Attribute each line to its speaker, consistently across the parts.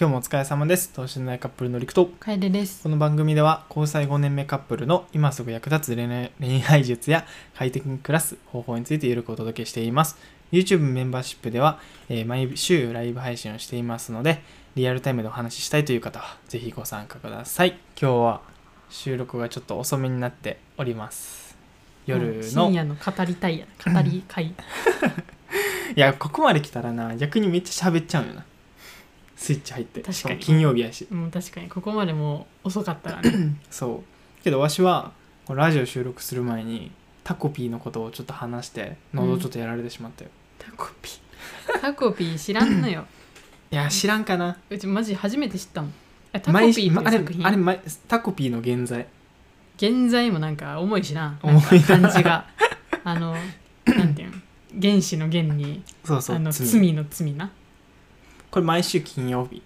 Speaker 1: 今日もお疲れ様です等身大カップルのりくと
Speaker 2: 楓です
Speaker 1: この番組では交際5年目カップルの今すぐ役立つ恋愛恋愛術や快適に暮らす方法についてゆるくお届けしています YouTube メンバーシップでは、えー毎週ライブ配信をしていますのでリアルタイムでお話ししたいという方はぜひご参加ください今日は収録がちょっと遅めになっております夜
Speaker 2: うん
Speaker 1: の
Speaker 2: 深夜の語りたいや語 り会
Speaker 1: いやここまで来たらな逆にめっちゃ喋っちゃうよなスイッチ入って
Speaker 2: 確かに
Speaker 1: しも金曜日やし
Speaker 2: うん確かにここまでもう遅かった らね
Speaker 1: そうけどわしはこのラジオ収録する前にタコピーのことをちょっと話して喉ちょっとやられてしまったよ、
Speaker 2: タコピータコピー知らんのよ
Speaker 1: いや知らんかな
Speaker 2: うちマジ初めて知ったもんえタコピーっていう作
Speaker 1: 毎あれあれ
Speaker 2: 品
Speaker 1: 毎タコピーの現在
Speaker 2: 現在もなんか思い知らん
Speaker 1: 思いな
Speaker 2: 感 じがあのなんていうん原子の原に
Speaker 1: そうそう
Speaker 2: あの
Speaker 1: 罪
Speaker 2: 罪の罪な
Speaker 1: これ毎週金曜日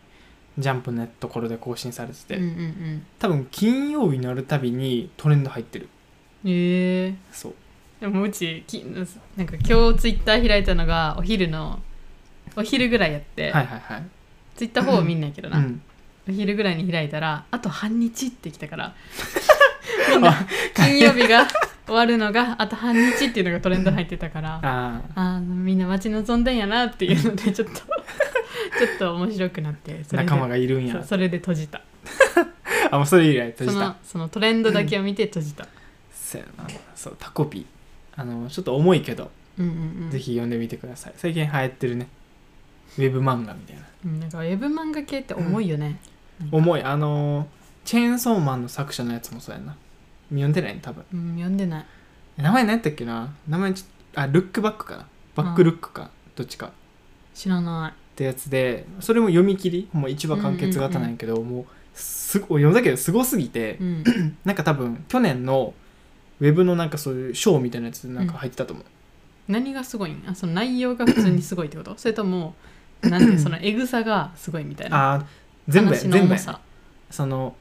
Speaker 1: ジャンプのところで更新されてて、
Speaker 2: うんうん
Speaker 1: 多分金曜日になるたびにトレンド入ってる
Speaker 2: うんへえ
Speaker 1: そう
Speaker 2: でもうちきなんか今日ツイッター開いたのがお昼のお昼ぐらいやって、
Speaker 1: はいはいはい
Speaker 2: ツイッター方を見んないけどな、
Speaker 1: うん
Speaker 2: お昼ぐらいに開いたらあと半日ってき たからみんな金曜日が終わるのがあと半日っていうのがトレンド入ってたからあ
Speaker 1: ああ
Speaker 2: ーみんな待ち望んだんやなっていうのでちょっとちょっと面白くなってそれで
Speaker 1: 仲間がいるんや
Speaker 2: そうそれで閉じた
Speaker 1: あもうそれ以来閉じ
Speaker 2: そ
Speaker 1: た
Speaker 2: のそのトレンドだけを見て閉じた、
Speaker 1: そうやなそうタコピーあのちょっと重いけど、
Speaker 2: うんうんうん、
Speaker 1: ぜひ読んでみてください最近流行ってるねウェブ漫画みたいな
Speaker 2: うんなんかウェブ漫画系って重いよね、なんか
Speaker 1: 重いあのーチェーンソーマンの作者のやつもそうやな読んでないね多分
Speaker 2: うん、読んでない
Speaker 1: 名前何やったっけな名前ちょあルックバックかなバックルックかどっちかっ
Speaker 2: 知らな
Speaker 1: てやつでそれも読み切りもう一話完結型なんやけど、もうすご読んだけどすごすぎて、
Speaker 2: い、うん、
Speaker 1: なんか多分去年のウェブのなんかそういう賞みたいなやつなんか入ってたと思う、
Speaker 2: 何がすごいんあその内容が普通にすごいってことそれともなんてそのえぐさがすごいみたいな
Speaker 1: あー全部や
Speaker 2: 話の
Speaker 1: 全部
Speaker 2: 重
Speaker 1: や
Speaker 2: さ
Speaker 1: その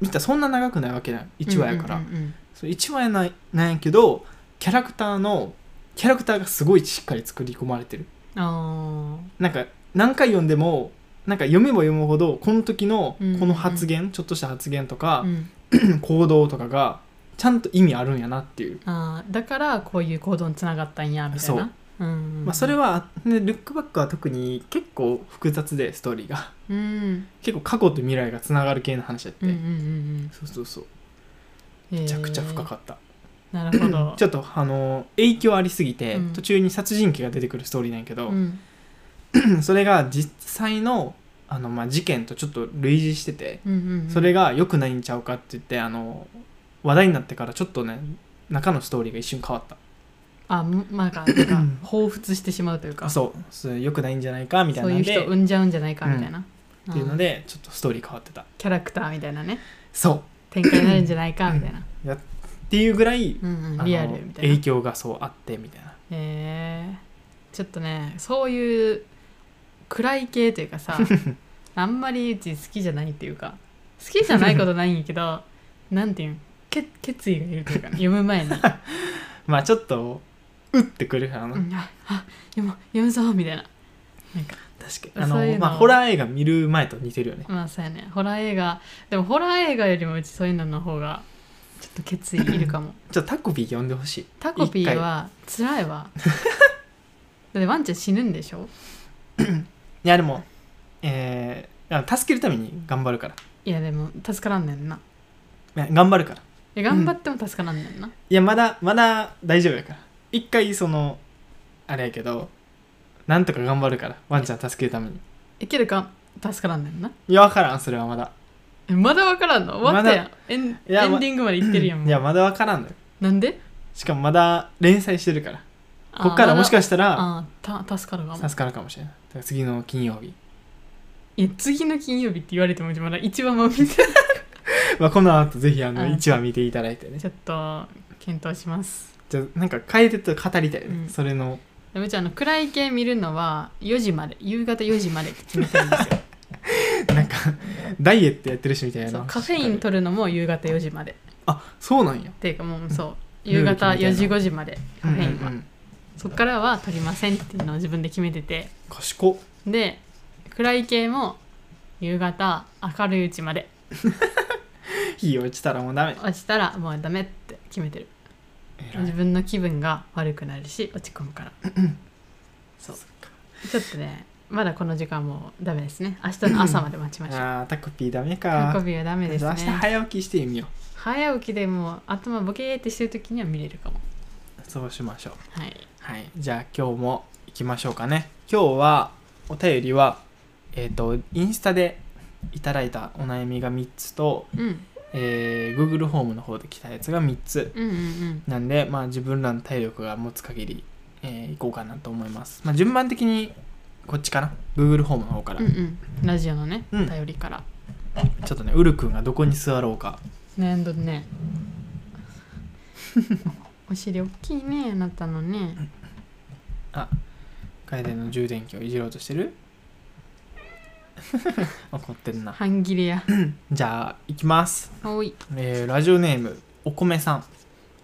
Speaker 1: 見たらそんな長くないわけない1話やから、
Speaker 2: うんうんうん
Speaker 1: そう1話やないなんやけどキャラクターのキャラクターがすごいしっかり作り込まれてる
Speaker 2: あ
Speaker 1: なんか何回読んでもなんか読めば読むほどこの時の
Speaker 2: うんうんうん
Speaker 1: この発言、ちょっとした発言と
Speaker 2: ー、
Speaker 1: か
Speaker 2: う、ん、
Speaker 1: 行動とかがちゃんと意味あるんやなっていう、
Speaker 2: あーだからこういう行動につながったんやみたい
Speaker 1: そう
Speaker 2: なう、ん、
Speaker 1: まあ、それ、はでルックバックは特に結構複雑でストーリーが
Speaker 2: うん、うん
Speaker 1: 結構過去と未来がつながる系の話やって、
Speaker 2: うんうんうん
Speaker 1: そうそうそう
Speaker 2: うん
Speaker 1: めちゃくちゃ深かった、
Speaker 2: えーなるほど
Speaker 1: ちょっとあの影響ありすぎて、
Speaker 2: うん
Speaker 1: 途中に殺人鬼が出てくるストーリーなんやけど
Speaker 2: う、ん
Speaker 1: それが実際のあの、まあ、事件とちょっと類似してて、
Speaker 2: うんうんうん
Speaker 1: それが良くないんちゃうかって言ってあの話題になってからちょっとね中のストーリーが一瞬変わった
Speaker 2: あむまあなんかなんか彷彿してしまうというか
Speaker 1: あそうそれ良くないんじゃないかみたい
Speaker 2: そ
Speaker 1: な
Speaker 2: うんいう
Speaker 1: で
Speaker 2: 人産んじゃうんじゃないかみたいな、
Speaker 1: っていうの
Speaker 2: あー
Speaker 1: でちょっとストーリー変わってた
Speaker 2: キャラクターみたいなね
Speaker 1: そう
Speaker 2: 展開になるんじゃないかみたいな、
Speaker 1: っていうぐらい、
Speaker 2: うん
Speaker 1: あ
Speaker 2: う
Speaker 1: の
Speaker 2: ん、リアルみたいな
Speaker 1: 影響がそうあってみたいな
Speaker 2: へえちょっとねそういう暗い系というかさあんまりうち好きじゃないっていうか好きじゃないことないんやけどなんていうんけ決意がいるというか、ね、読む前に「
Speaker 1: まあちょっとうってくるからな、
Speaker 2: うん、ああ読む読むぞ」みたいななんか
Speaker 1: 確かにあの
Speaker 2: そういうの
Speaker 1: まあホラー映画見る前と似てるよね
Speaker 2: まあそうやねホラー映画でもホラー映画よりもうちそういうのの方がちょっと決意いるかも
Speaker 1: ちょっとタコピー読んでほしい
Speaker 2: タコピーは辛いわだってワンちゃん死ぬんでしょ
Speaker 1: いやでもえーあの助けるために頑張るから
Speaker 2: いやでも助からんねんない
Speaker 1: や頑張るから
Speaker 2: いや頑張っても助からんねんな、
Speaker 1: いやまだまだ大丈夫やから一回そのあれやけどなんとか頑張るからワンちゃん助けるために
Speaker 2: いけるか助からんねんない
Speaker 1: や分からんそれはまだ
Speaker 2: えまだ分からんの終わったやん、エン
Speaker 1: いや
Speaker 2: エ
Speaker 1: ま
Speaker 2: ンディングまで行ってるやんもう
Speaker 1: いやまだ分からんのよ
Speaker 2: なんで
Speaker 1: しかもまだ連載してるから
Speaker 2: あ
Speaker 1: こっからもしかしたら
Speaker 2: あーた助かるかも
Speaker 1: 助かるかもしれないだから次の金曜日、
Speaker 2: いや次の金曜日って言われてもまだ一番 も見て
Speaker 1: まあ、この後ぜひあの
Speaker 2: あー
Speaker 1: 1話見ていただいてね
Speaker 2: ちょっと検討します
Speaker 1: じゃあなんか変えてと語りたいよね、
Speaker 2: うん
Speaker 1: それの
Speaker 2: でもうちゃんの暗い系見るのは4時まで夕方4時までって決めてるんですよ
Speaker 1: なんかダイエットやってるしみたい
Speaker 2: そ
Speaker 1: な
Speaker 2: うカフェイン取るのも夕方4時までっ
Speaker 1: あそうなんや
Speaker 2: ていうかもうそう
Speaker 1: ルー
Speaker 2: 夕
Speaker 1: ル決
Speaker 2: 方
Speaker 1: めてんの
Speaker 2: 4時5時までカフェイン
Speaker 1: う
Speaker 2: は、
Speaker 1: んうんうん
Speaker 2: そっからは取りませんっていうのを自分で決めてて
Speaker 1: 賢っ
Speaker 2: で暗い系も夕方明るいうちまで
Speaker 1: 日落ちたらもうダメ
Speaker 2: 落ちたらもうダメって決めてる
Speaker 1: 偉
Speaker 2: 自
Speaker 1: い
Speaker 2: 分の気分が悪くなるし落ち込むから
Speaker 1: そう
Speaker 2: ちょっとねまだこの時間もダメですね明日の朝まで待ちましょう
Speaker 1: あータコピーダメ
Speaker 2: タコ
Speaker 1: か
Speaker 2: ビはダメです
Speaker 1: 明日
Speaker 2: ね
Speaker 1: 早起きしてみよう
Speaker 2: 早起きでもう頭ボケーってしてる時には見れるかも
Speaker 1: そうしましょう
Speaker 2: はい
Speaker 1: はいじゃあ今日も行きましょうかね今日はお便りはえっ、とインスタでいただいたお悩みが3つと、
Speaker 2: うん
Speaker 1: えー Google ホームの方で来たやつが3つ
Speaker 2: うんうんうん
Speaker 1: なんで、まあ、自分らの体力が持つ限り、えー、いこうかなと思います。まあ、順番的にこっちかな Google ホームの方から、
Speaker 2: うんうんラジオのね、
Speaker 1: うん
Speaker 2: 頼りから
Speaker 1: ちょっとねウル君がどこに座ろうか
Speaker 2: ねんどね お尻大きいねあなたのね
Speaker 1: 回転の充電器をいじろうとして る怒ってんな
Speaker 2: 半切れや
Speaker 1: じゃあ行きます
Speaker 2: おい
Speaker 1: えーラジオネームお米さん、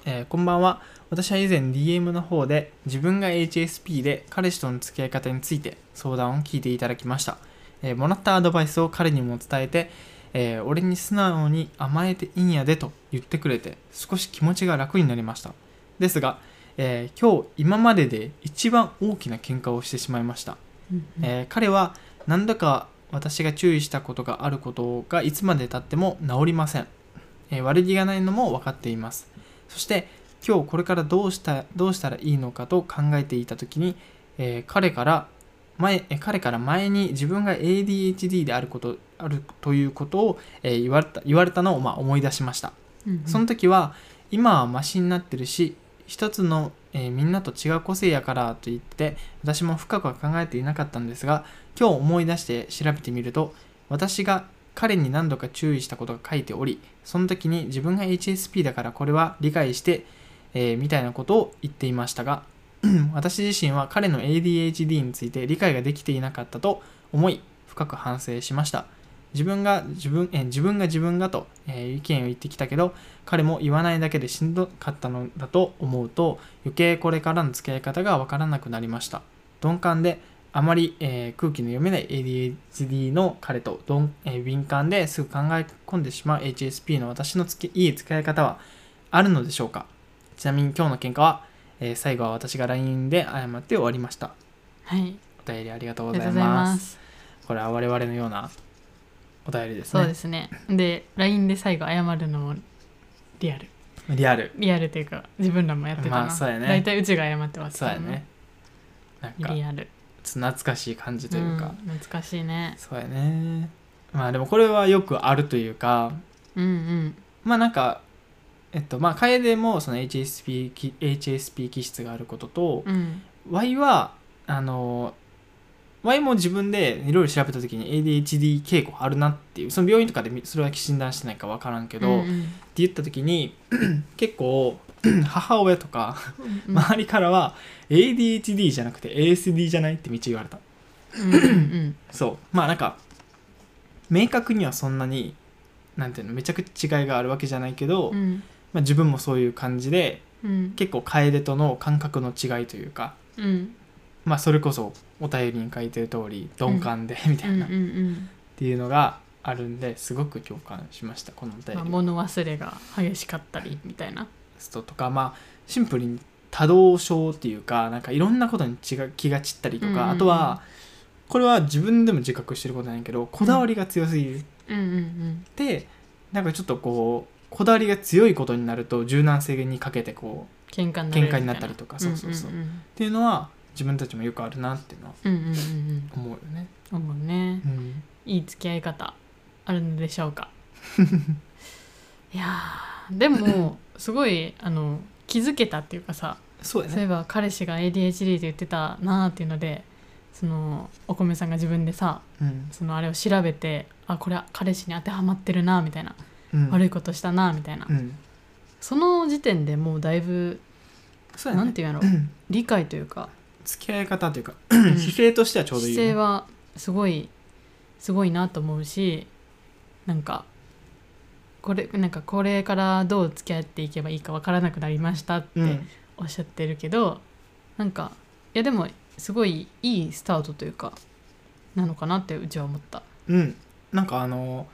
Speaker 1: えーこんばんは私は以前 DM の方で自分が HSP で彼氏との付き合い方について相談を聞いていただきました、えーもらったアドバイスを彼にも伝えて、えー俺に素直に甘えていいんやでと言ってくれて少し気持ちが楽になりましたですが、えー今日今までで一番大きな喧嘩をしてしまいました
Speaker 2: うんうん
Speaker 1: えー彼は何だか私が注意したことがあることがいつまでたっても治りません、えー悪気がないのも分かっていますそして今日これからどうしたどうしたらいいのかと考えていた時に、えー彼から前えー彼から前に自分が ADHD であることあるということを、えー言われた言われたのを、まあ、思い出しました
Speaker 2: うんうん
Speaker 1: その時は今はマシになってるし一つの、えーみんなと違う個性やからと言って私も深くは考えていなかったんですが今日思い出して調べてみると私が彼に何度か注意したことが書いておりその時に自分が HSP だからこれは理解して、えーみたいなことを言っていましたが 私自身は彼の ADHD について理解ができていなかったと思い深く反省しました自分が自分,、えー自分が自分がと、えー意見を言ってきたけど彼も言わないだけでしんどかったのだと思うと余計これからの付き合い方がわからなくなりました鈍感であまり、えー空気の読めない ADHD の彼とどん、えー敏感ですぐ考え込んでしまう HSP の私のつきいい付き合い方はあるのでしょうかちなみに今日の喧嘩は、えー最後は私が LINE で謝って終わりました
Speaker 2: はい
Speaker 1: お便りありがとう
Speaker 2: あ
Speaker 1: ご
Speaker 2: り
Speaker 1: ざ
Speaker 2: が
Speaker 1: い
Speaker 2: とう
Speaker 1: ま
Speaker 2: ご
Speaker 1: す
Speaker 2: ざいます
Speaker 1: これは我々のようなお便りです
Speaker 2: そうで
Speaker 1: ね
Speaker 2: すねで LINE で最後謝るのもリアル
Speaker 1: リアル
Speaker 2: リアルというか自分らもやってたな、
Speaker 1: まあそうやね
Speaker 2: 大体うちが謝ってます
Speaker 1: そうやねなんか
Speaker 2: リアル
Speaker 1: 懐かしい感じというか、
Speaker 2: うん、難しいね
Speaker 1: そうやねまあでもこれはよくあるというか
Speaker 2: うんうん
Speaker 1: まあなんかえっとまあ楓もその HSP, 気 HSP 気質があることと、
Speaker 2: うん、
Speaker 1: Y はあの Y も自分でいろいろ調べた時に ADHD 傾向あるなっていうその病院とかでみそれは診断してないか分からんけど、
Speaker 2: うんう
Speaker 1: って 言
Speaker 2: ん
Speaker 1: った時に 結構 母親とか
Speaker 2: うん
Speaker 1: 周りからは ADHD じゃなくて ASD じゃないって道言われた
Speaker 2: うんうん
Speaker 1: そうまあなんか明確にはそんなになんていうのめちゃくちゃ違いがあるわけじゃないけど、
Speaker 2: うん
Speaker 1: まあ、自分もそういう感じで
Speaker 2: うん
Speaker 1: 結構楓との感覚の違いというか、
Speaker 2: うん
Speaker 1: まあ、それこそお便りに書いてる通り鈍感でみた
Speaker 2: う
Speaker 1: い
Speaker 2: ん
Speaker 1: な、
Speaker 2: う
Speaker 1: っ
Speaker 2: ん
Speaker 1: ていうのがあるんですごく共感しましたこのお
Speaker 2: うん
Speaker 1: 便
Speaker 2: まあ
Speaker 1: り、
Speaker 2: 物忘れが激しかったりみたいな
Speaker 1: ストとかまあシンプルに多動症っていうかなんかいろんなことに違う気が散ったりとか、
Speaker 2: うんうんうん
Speaker 1: あとはこれは自分でも自覚してることなんやけどこだわりが強すぎる。
Speaker 2: うんうん
Speaker 1: でなんかちょっとこうこだわりが強いことになると柔軟性にかけてこう
Speaker 2: 喧嘩になる
Speaker 1: 喧嘩になったりとかそうそうそう、
Speaker 2: ん
Speaker 1: っ
Speaker 2: ん
Speaker 1: ていうのは自分たちもよくあるなっていうのは
Speaker 2: うんうんうんうん
Speaker 1: 思うよね、
Speaker 2: うん思うね
Speaker 1: うん、
Speaker 2: いい付き合い方あるのでしょうか いやーでもすごいあの気づけたっていうかさ
Speaker 1: そうや
Speaker 2: そうい
Speaker 1: ね
Speaker 2: えば彼氏が ADHD って言ってたなーっていうのでそのお米さんが自分でさ
Speaker 1: うん、
Speaker 2: そのあれを調べてあこれは彼氏に当てはまってるなみたいな、
Speaker 1: うん、
Speaker 2: 悪いことしたなみたいな、
Speaker 1: うん
Speaker 2: その時点でもうだいぶ、
Speaker 1: そうや
Speaker 2: な
Speaker 1: ね
Speaker 2: んていうんや
Speaker 1: う
Speaker 2: ろ
Speaker 1: ん
Speaker 2: 理解というか
Speaker 1: 付き合い方 というか、
Speaker 2: ん
Speaker 1: 姿勢としてはちょうど
Speaker 2: 姿
Speaker 1: いい、ね、
Speaker 2: 勢はすごいすごいなと思うしなんかこれなんかこれからどう付き合っていけばいいか分からなくなりましたって
Speaker 1: うん
Speaker 2: おっしゃってるけど、なんかいやでもすごいいいスタートというかなのかなってうちは思った
Speaker 1: うんなんかあの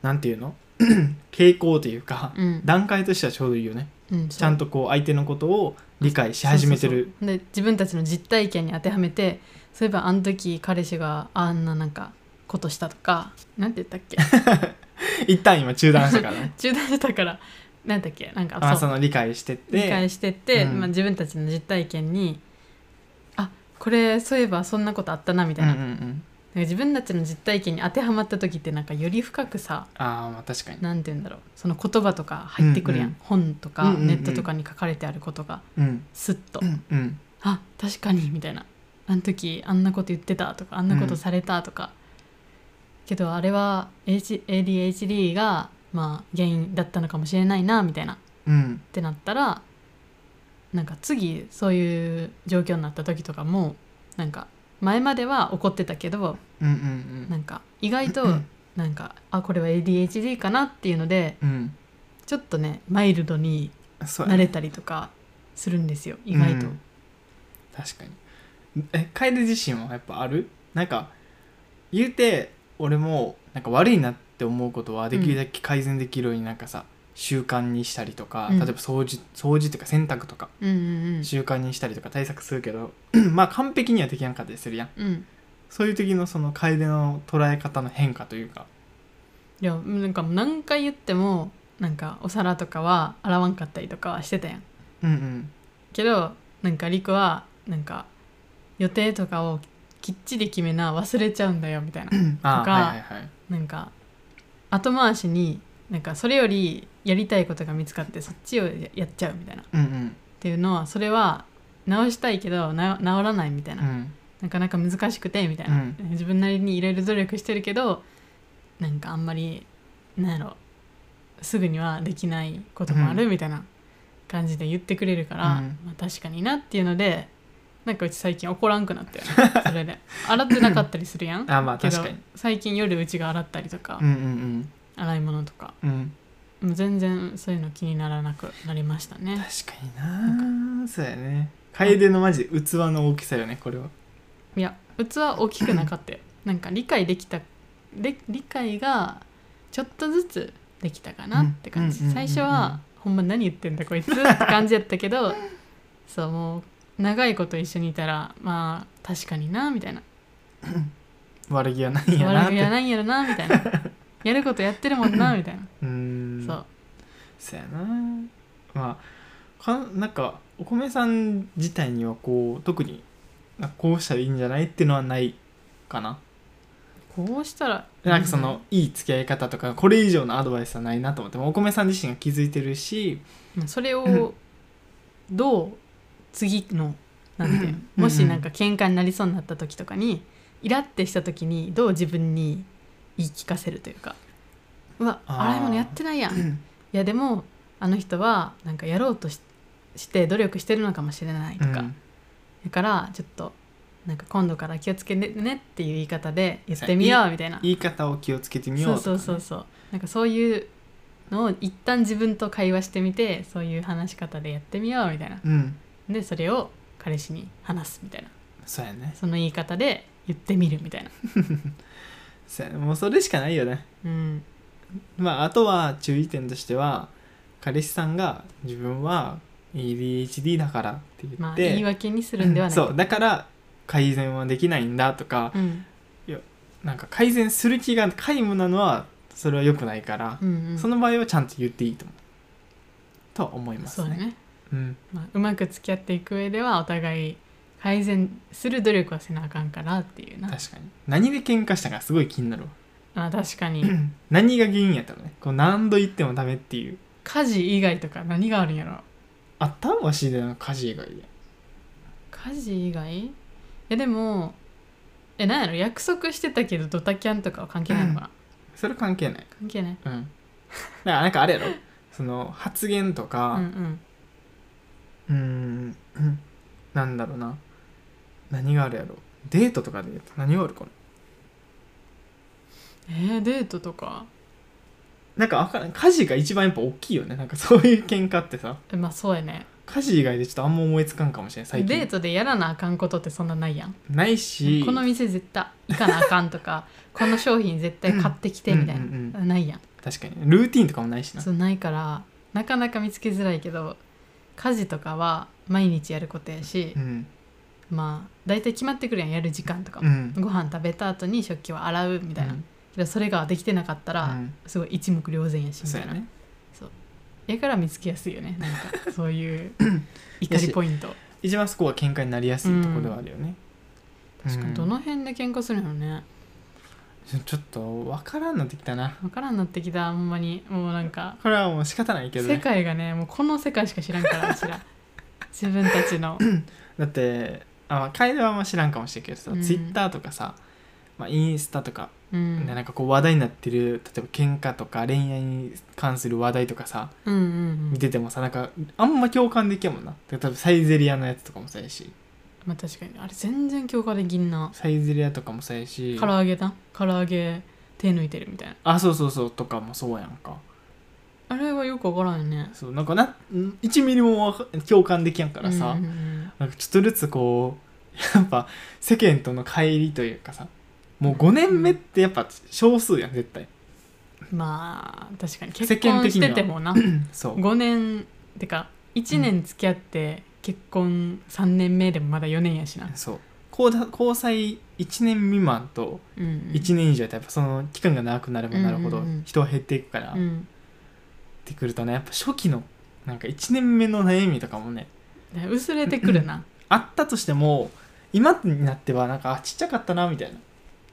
Speaker 1: なんていうの 傾向というか、
Speaker 2: うん
Speaker 1: 段階としてはちょうどいいよね
Speaker 2: うん、
Speaker 1: ちゃん
Speaker 2: と
Speaker 1: とこう相手のことを理解し始めてる
Speaker 2: で自分たちの実体験に当てはめてそういえばあの時彼氏があんななんかことしたとかなんて言ったっけ
Speaker 1: 一旦今中断したから ね
Speaker 2: 中断したからなんだっけなんか
Speaker 1: あ
Speaker 2: そ
Speaker 1: そうの理解してって
Speaker 2: 理解してって、
Speaker 1: うん
Speaker 2: まあ、自分たちの実体験にあこれそういえばそんなことあったなみたいな,、
Speaker 1: うんうんうん、
Speaker 2: なんか自分たちの実体験に当てはまった時ってなんかより深くさ
Speaker 1: ああまあ確かに、
Speaker 2: なんて言うんだろうその言葉とか入ってくるやん、
Speaker 1: うんう
Speaker 2: 本とか
Speaker 1: うんうんうん
Speaker 2: ネットとかに書かれてあることが
Speaker 1: うん
Speaker 2: スッと、
Speaker 1: うんうん、
Speaker 2: あ確かにみたいなあの時あんなこと言ってたとかあんなことされたとか、けどあれは H ADHD がまあ原因だったのかもしれないなみたいなっ
Speaker 1: うん
Speaker 2: てなったらなんか次そういう状況になった時とかもなんか前までは怒ってたけど
Speaker 1: うんうん
Speaker 2: なんか意外と
Speaker 1: うん
Speaker 2: なんかあこれは ADHD かなっていうので
Speaker 1: うん
Speaker 2: ちょっとねマイルドに
Speaker 1: うんそうや
Speaker 2: 慣れたりとかするんですよ意外と、
Speaker 1: うん確かにえ楓自身はやっぱあるなんか言うて俺もなんか悪いなって思うことはできるだけ改善できるようになんかさ、習慣にしたりとか、
Speaker 2: うん
Speaker 1: 例えば掃除掃除とか洗濯とか
Speaker 2: うんうん
Speaker 1: 習慣にしたりとか対策するけど まあ完璧にはできなかったりするやん
Speaker 2: うんうん
Speaker 1: そういう時のその楓の捉え方の変化というか
Speaker 2: いやなんか何回言ってもなんかお皿とかは洗わんかったりとかはしてたやん
Speaker 1: うん
Speaker 2: けどなんかりくはなんか予定とかをきっちり決めな忘れちゃうんだよみたいな
Speaker 1: うんあ
Speaker 2: と
Speaker 1: あ
Speaker 2: か
Speaker 1: はいはいはい
Speaker 2: なんか後回しになんかそれよりやりたいことが見つかってそっちをややっちゃうみたいなっ
Speaker 1: うん
Speaker 2: ていうのはそれは直したいけどな治らないみたい
Speaker 1: うん
Speaker 2: な、
Speaker 1: うん
Speaker 2: なかなか難しくてみたいな、
Speaker 1: うん
Speaker 2: 自分なりにいろいろ努力してるけどなんかあんまりなんやろすぐにはできないこともあるみたいな感じで言ってくれるから、
Speaker 1: うん
Speaker 2: まあ、確かになっていうのでなんかうち最近怒らんくなったよねそれで洗ってなかったりするやん
Speaker 1: あまあ
Speaker 2: けど
Speaker 1: 確かに
Speaker 2: 最近夜うちが洗ったりとか、
Speaker 1: うんうん
Speaker 2: 洗い物とか
Speaker 1: うんうん
Speaker 2: もう全然そういうの気にならなくなりましたね
Speaker 1: 確かになそうやね楓のマジ器の大きさよねこれはい
Speaker 2: や器大きくなかったよ なんか理解できたで理解がちょっとずつできたかなって感じ、
Speaker 1: うんうんうんうん
Speaker 2: 最初は、ほんま何言ってんだこいつって感じやったけど そうもう長いこと一緒にいたらまあ確かになみたいな
Speaker 1: 悪気はないんやなっ
Speaker 2: 悪
Speaker 1: て
Speaker 2: 気はないんやろなみた いなやることやってるもんなみたいな、
Speaker 1: うーん
Speaker 2: そう
Speaker 1: そうやなまあかなんかお米さん自体にはこう特にあこうしたらいいんじゃないっていうのはないかな
Speaker 2: こうしたら
Speaker 1: なんかその、いい付き合い方とかこれ以上のアドバイスはないなと思ってもうお米さん自身が気づいてるし
Speaker 2: うんそれをどう次のなんていうの
Speaker 1: うん
Speaker 2: もしなんか喧嘩になりそうになった時とかにイラってした時にどう自分に言い聞かせるというかうわ
Speaker 1: あー
Speaker 2: 洗い物やってないやん
Speaker 1: う
Speaker 2: い
Speaker 1: ん
Speaker 2: やでもあの人はなんかやろうとしして努力してるのかもしれないとか、だからちょっとなんか今度から気をつけてねっていう言い方で言ってみようみたいな
Speaker 1: 言い方を気をつけてみよ
Speaker 2: そうう
Speaker 1: とか
Speaker 2: そ
Speaker 1: ね、
Speaker 2: うそうそうなんかそういうのを一旦自分と会話してみてそういう話し方でやってみようみたいな
Speaker 1: うん
Speaker 2: でそれを彼氏に話すみたいな
Speaker 1: そうやね
Speaker 2: その言い方で言ってみるみたいな
Speaker 1: そうやねもうそれしかないよね
Speaker 2: うん
Speaker 1: まああとは注意点としては彼氏さんが自分は ADHD だからって言って、
Speaker 2: まあ言い訳にするんではない
Speaker 1: そうだから改善はできないんだとか、
Speaker 2: うん
Speaker 1: なんか改善する気が皆無なのはそれは良くないから
Speaker 2: う、んうん
Speaker 1: その場合はちゃんと言っていいと思うとは思います
Speaker 2: そうだ
Speaker 1: ね
Speaker 2: ね、
Speaker 1: うん
Speaker 2: まあ、うまく付き合っていく上ではお互い改善する努力はせなあかんからっていうな
Speaker 1: 確かに何で喧嘩したかすごい気になるわ
Speaker 2: まあ、確かに
Speaker 1: 何が原因やったのねこう何度言ってもダメっていう
Speaker 2: 家事以外とか何があるんやろ
Speaker 1: あったんわしでの家事以外で
Speaker 2: 家事以外いやでもえなんやろ約束してたけどドタキャンとかは関係ないのかな、
Speaker 1: それ関係ない
Speaker 2: 関係ない
Speaker 1: うんだからなんかあれやろその発言と
Speaker 2: うん
Speaker 1: か
Speaker 2: うん
Speaker 1: うーんうんなんだろうな何があるやろデートとかで言うと何があるかな
Speaker 2: えー、デートとか
Speaker 1: なんかわからん家事が一番やっぱ大きいよねなんかそういう喧嘩ってさ
Speaker 2: えまあそうやね
Speaker 1: 家事以外でちょっとあんま思いつかんかもしれない最
Speaker 2: デー
Speaker 1: 近
Speaker 2: トでやらなあかんことってそんなないやん
Speaker 1: ないし
Speaker 2: この店絶対行かなあかん とかこの商品絶対買ってきてみたいな、
Speaker 1: うんうん
Speaker 2: ないやん
Speaker 1: 確かにルーティンとかもないしな
Speaker 2: そうないからなかなか見つけづらいけど家事とかは毎日やることやし
Speaker 1: う、ん
Speaker 2: まあ大体決まってくるやんやる時間とか
Speaker 1: う
Speaker 2: も、
Speaker 1: ん
Speaker 2: ご飯食べた後に食器は洗うみたいな、
Speaker 1: うん
Speaker 2: でそれができてなかったら、
Speaker 1: うん
Speaker 2: すごい一目瞭然やしみ
Speaker 1: そ
Speaker 2: た
Speaker 1: う
Speaker 2: い
Speaker 1: や
Speaker 2: な
Speaker 1: ね
Speaker 2: やから見つけやすいよねなん かそういう怒りポイント
Speaker 1: 一番そこが喧嘩になりやすいところではあるよね、
Speaker 2: 確か
Speaker 1: うん
Speaker 2: にどの辺で喧嘩するのね
Speaker 1: ちょちょっとわからんなってきたな
Speaker 2: 分からんなってきたあんまにもうなんか
Speaker 1: これはもう仕方ないけど
Speaker 2: 世
Speaker 1: ね
Speaker 2: 界がねもうこの世界しか知らんからうちら 自分たちの
Speaker 1: だってあ、まあ、会話はあんま知らんかもしれんけどさ、
Speaker 2: うん
Speaker 1: ツイッターとかさ、まあ、インスタとか
Speaker 2: うん
Speaker 1: でなんかこう話題になってる例えば喧嘩とか恋愛に関する話題とかさ
Speaker 2: うんうんう
Speaker 1: 見
Speaker 2: ん
Speaker 1: ててもさなんかあんま共感できんもんな例えばサイゼリアのやつとかもそうやし
Speaker 2: まあ確かにあれ全然強化できんな
Speaker 1: サイゼリアとかもそうやし
Speaker 2: 唐揚げだ唐揚げ手抜いてるみたいな
Speaker 1: あそうそうそうとかもそうやんか
Speaker 2: あれはよく分からんよね
Speaker 1: そうなんかなん1ミリもわか共感できやんからさ、
Speaker 2: うんうんうん
Speaker 1: なんかちょっとずつこうやっぱ世間との乖離というかさもう5年目ってやっぱ少数やん絶対
Speaker 2: まあ確かに結
Speaker 1: 世間
Speaker 2: 婚
Speaker 1: 的
Speaker 2: し
Speaker 1: には
Speaker 2: ててもな
Speaker 1: そう
Speaker 2: 5年てか1年付き合って結婚3年目でもまだ4年やしな、
Speaker 1: そう交だ交際1年未満と
Speaker 2: うんうん、
Speaker 1: 1年以上やったらやっぱその期間が長くなればなるほ
Speaker 2: う
Speaker 1: ど
Speaker 2: んうんうん
Speaker 1: 人は減っていくから、
Speaker 2: う
Speaker 1: っ
Speaker 2: ん
Speaker 1: てくるとねやっぱ初期のなんか1年目の悩みとかもね
Speaker 2: ね薄れてくるな、
Speaker 1: あったとしても今になってはなんかあちっちゃかったなみたいな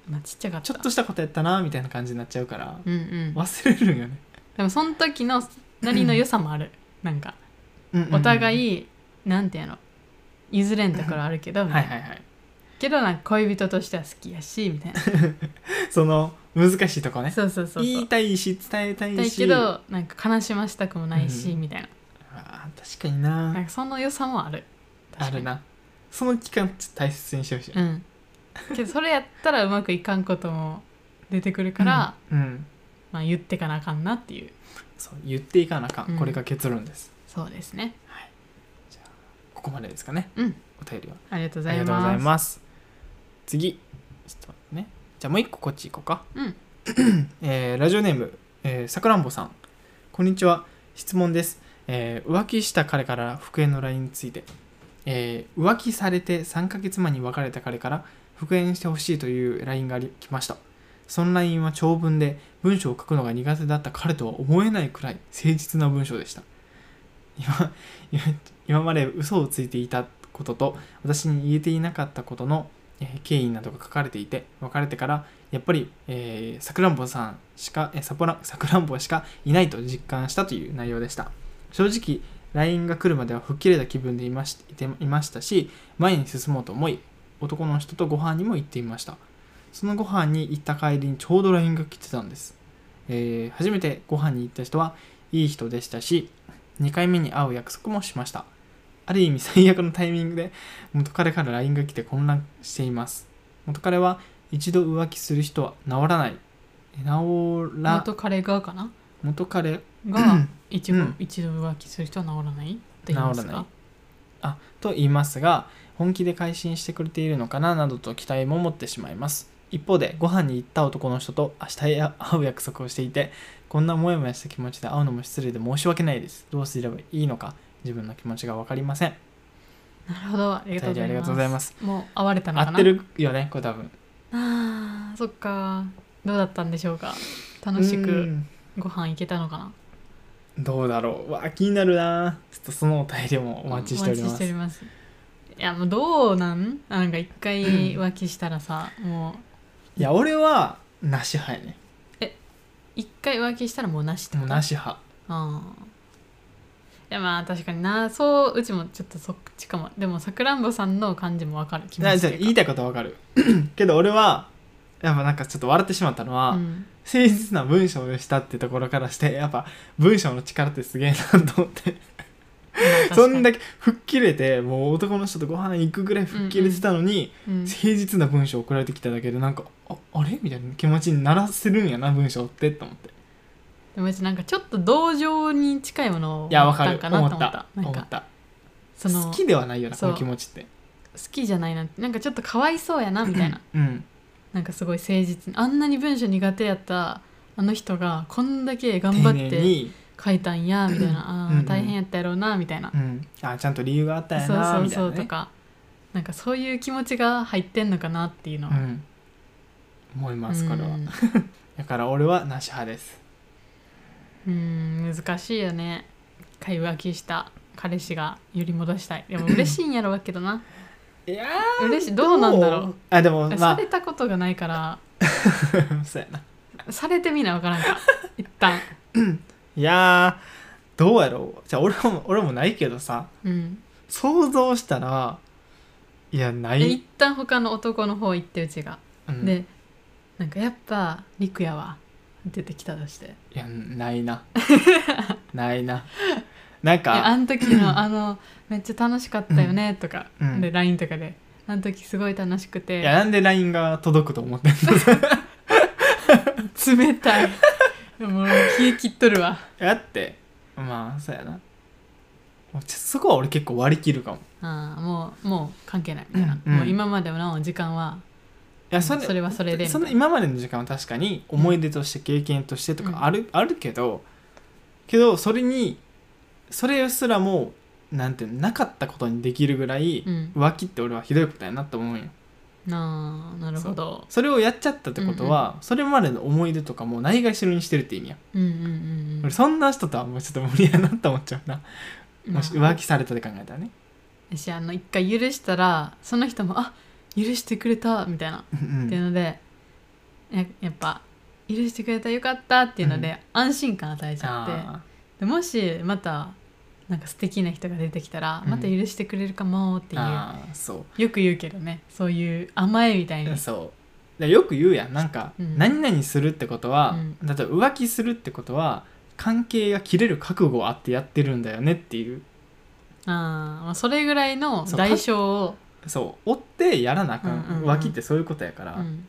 Speaker 2: まあ、ちっちゃかった
Speaker 1: ちょっとしたことやったなみたいな感じになっちゃうから
Speaker 2: うんうん
Speaker 1: 忘れるんよね、
Speaker 2: でもその時のなりの良さもあるなんかお
Speaker 1: い
Speaker 2: 互い、なんていうの譲れんところあるけど、みた
Speaker 1: はい
Speaker 2: いな
Speaker 1: はいはい
Speaker 2: けどなんか恋人としては好きやしみたいな
Speaker 1: その難しいとこね
Speaker 2: そうそうそうそう
Speaker 1: 言いたいし伝えた
Speaker 2: だ
Speaker 1: いし
Speaker 2: けどなんか悲しましたくもないし、
Speaker 1: うん
Speaker 2: みたいな
Speaker 1: あー確かに
Speaker 2: な
Speaker 1: なん
Speaker 2: かその良さもある
Speaker 1: あ
Speaker 2: 確かに
Speaker 1: るなその期間ちょっと大切にしてほしい、
Speaker 2: うんけどそれやったらうまくいかんことも出てくるから、
Speaker 1: うん、うん
Speaker 2: まあ、言ってかなあかんなっていう
Speaker 1: そう言っていかなあかん、
Speaker 2: うん
Speaker 1: これが結論です
Speaker 2: そうですね
Speaker 1: ここまでですかね
Speaker 2: うん
Speaker 1: お便りは
Speaker 2: ありがとうご
Speaker 1: あ
Speaker 2: ざ
Speaker 1: りが
Speaker 2: い
Speaker 1: とうござい
Speaker 2: ます
Speaker 1: ます次ちょっと待ってねじゃあもう一個こっち行こうか、
Speaker 2: うん
Speaker 1: えーラジオネーム、えー、さくらんぼさんこんにちは質問です、えー浮気した彼から復縁の LINE について、えー浮気されて3ヶ月前に別れた彼から復縁してほしいという LINE があり来ましたその LINE は長文で文章を書くのが苦手だった彼とは思えないくらい誠実な文章でした今今今まで嘘をついていたことと私に言えていなかったことの、えー経緯などが書かれていて別れてからやっぱり、えー、さくらんぼさんしか、えー、さぽらさくらんぼしかいないと実感したという内容でした正直 LINE が来るまでは吹っ切れた気分でいましいていましたし前に進もうと思い男の人とご飯にも行っていましたそのご飯に行った帰りにちょうど LINE が来てたんです、えー初めてご飯に行った人はいい人でしたし2回目に会う約束もしましたある意味最悪のタイミングで元彼から LINE が来て混乱しています元彼は一度浮気する人は治らない治ら
Speaker 2: 元彼がかな
Speaker 1: 元彼
Speaker 2: が一度,、
Speaker 1: うん
Speaker 2: 一度浮気する人は治らないって言います
Speaker 1: 治らない
Speaker 2: か
Speaker 1: あと言いますが本気で改心してくれているのかななどと期待も持ってしまいます一方でご飯に行った男の人と明日へ会う約束をしていてこんなモヤモヤした気持ちで会うのも失礼で申し訳ないですどうすればいいのか自分の気持ちが分かりません
Speaker 2: なるほどありがとうご
Speaker 1: お便り
Speaker 2: ざいます
Speaker 1: ありがとうございます
Speaker 2: もう会われたの
Speaker 1: 合
Speaker 2: かな
Speaker 1: ってるよねこれ多分
Speaker 2: あーそっかどうだったんでしょうか楽し
Speaker 1: う
Speaker 2: く
Speaker 1: ん
Speaker 2: ご飯行けたのかな
Speaker 1: どうだろうわあ気になるなちょっとそのお便りもお待ちしております
Speaker 2: お待ちしておりますいやもうどうなんなんか一回浮気したらさもう
Speaker 1: いや俺はなし派やね
Speaker 2: 一回浮気したらもうなしってこ
Speaker 1: も
Speaker 2: と
Speaker 1: うなし派
Speaker 2: ああいやまあ確かになそううちもちょっとそっちかもでもさくらんぼさんの感じもわかる気持
Speaker 1: な
Speaker 2: ち
Speaker 1: じゃあ
Speaker 2: というか
Speaker 1: 言いたいことはわかる けど俺はやっぱなんかちょっと笑ってしまったのは、
Speaker 2: うん
Speaker 1: 誠実な文章でしたってところからしてやっぱ文章の力ってすげえなと思って
Speaker 2: まあ確かに
Speaker 1: そんだけ吹っ切れてもう男の人とご飯行くぐらい吹っ切れてたのに、
Speaker 2: うん
Speaker 1: 誠実な文章送られてきただけでなんかああれみたいな気持ちにならせるんやな文章ってと思って
Speaker 2: でもうちなんかちょっと同情に近いものを
Speaker 1: いやわか
Speaker 2: 持
Speaker 1: る
Speaker 2: ったん
Speaker 1: 思
Speaker 2: なと
Speaker 1: った
Speaker 2: なん
Speaker 1: 思
Speaker 2: か
Speaker 1: った
Speaker 2: その
Speaker 1: 好きではないよなこ
Speaker 2: そう
Speaker 1: の気持ちって
Speaker 2: 好きじゃないななんかちょっとかわいそうやなみたいな
Speaker 1: うん
Speaker 2: なんかすごい誠実にあんなに文章苦手やったあの人がこんだけ頑張っ
Speaker 1: 丁寧
Speaker 2: て
Speaker 1: に、
Speaker 2: 書いたんやみたいなあ
Speaker 1: うんう
Speaker 2: ー
Speaker 1: ん
Speaker 2: 大変やったやろうなみたいな
Speaker 1: うん、あちゃんと理由があったんや
Speaker 2: そう
Speaker 1: な
Speaker 2: そう
Speaker 1: みたい
Speaker 2: そ
Speaker 1: な、
Speaker 2: う
Speaker 1: ね、
Speaker 2: とかなんかそういう気持ちが入ってんのかなっていうの
Speaker 1: う
Speaker 2: は、
Speaker 1: ん、思いますこれは、
Speaker 2: うん
Speaker 1: だから俺はなし派です
Speaker 2: うん難しいよね買い浮気した彼氏が寄り戻したいでも嬉しいんやろうけどな
Speaker 1: いや
Speaker 2: 嬉しいどうなんだろう
Speaker 1: あでも
Speaker 2: さ
Speaker 1: ま
Speaker 2: れたことがないから
Speaker 1: あそうやな
Speaker 2: されてみなわからん から一旦
Speaker 1: いやーどうやろうじゃあ俺も俺もないけどさ
Speaker 2: うん
Speaker 1: 想像したらいやな
Speaker 2: で
Speaker 1: い
Speaker 2: 一、旦他の男の方行ってうちが、
Speaker 1: うん、
Speaker 2: でなんかやっぱ陸やわ出てきたとして
Speaker 1: いやない なないななん
Speaker 2: えあ
Speaker 1: か
Speaker 2: ん時のあのめっちゃ楽しかったよねとか、
Speaker 1: うん
Speaker 2: で LINE とかであの時すごい楽しくて
Speaker 1: いやなんで LINE が届くと思ってんの
Speaker 2: 冷たいもう冷え切っとるわ
Speaker 1: だってまあそうやなもうちょそこは俺結構割り切るかもい
Speaker 2: ああもうもう関係ないみたいな、
Speaker 1: うん
Speaker 2: もう今までの時間は
Speaker 1: やそれ
Speaker 2: それはそれでみた
Speaker 1: そ
Speaker 2: い
Speaker 1: の
Speaker 2: な
Speaker 1: 今までの時間は確かに思い出として経験としてと
Speaker 2: うん
Speaker 1: かある,、あるけどけどそれにそれすらもなんていうのなかったことにできるぐらい
Speaker 2: うん
Speaker 1: 浮気って俺はひどいことやなと思うんよ
Speaker 2: なあなるほど
Speaker 1: それをやっちゃったってことは、それまでの思い出とかもないがしろにしてるって意味や、
Speaker 2: うんうんうんうん
Speaker 1: 俺そんな人とはもうちょっと無理やなって思っちゃうな、もし浮
Speaker 2: 気
Speaker 1: 気されたって考えたらね
Speaker 2: しあの一回許したらその人もあ許してくれたみたいな、
Speaker 1: う
Speaker 2: ってい
Speaker 1: ん
Speaker 2: うのでややっぱ許してくれたよかったっていうので、安心感与えちゃって
Speaker 1: あ
Speaker 2: でもしまたなんか素敵な人が出てきたら、
Speaker 1: うん
Speaker 2: また許してくれるかもって
Speaker 1: ー
Speaker 2: いう
Speaker 1: あーそう
Speaker 2: よく言うけどねそういう甘えみたいに
Speaker 1: そうでよく言うやんなんか、
Speaker 2: うん
Speaker 1: 何々するってことは、例えば浮気するってことは関係が切れる覚悟あってやってるんだよねっていう
Speaker 2: あーまあそれぐらいの
Speaker 1: そう
Speaker 2: 代償を
Speaker 1: そう追ってやらなあかん,、
Speaker 2: うんうんうん
Speaker 1: 浮気ってそういうことやから、
Speaker 2: うん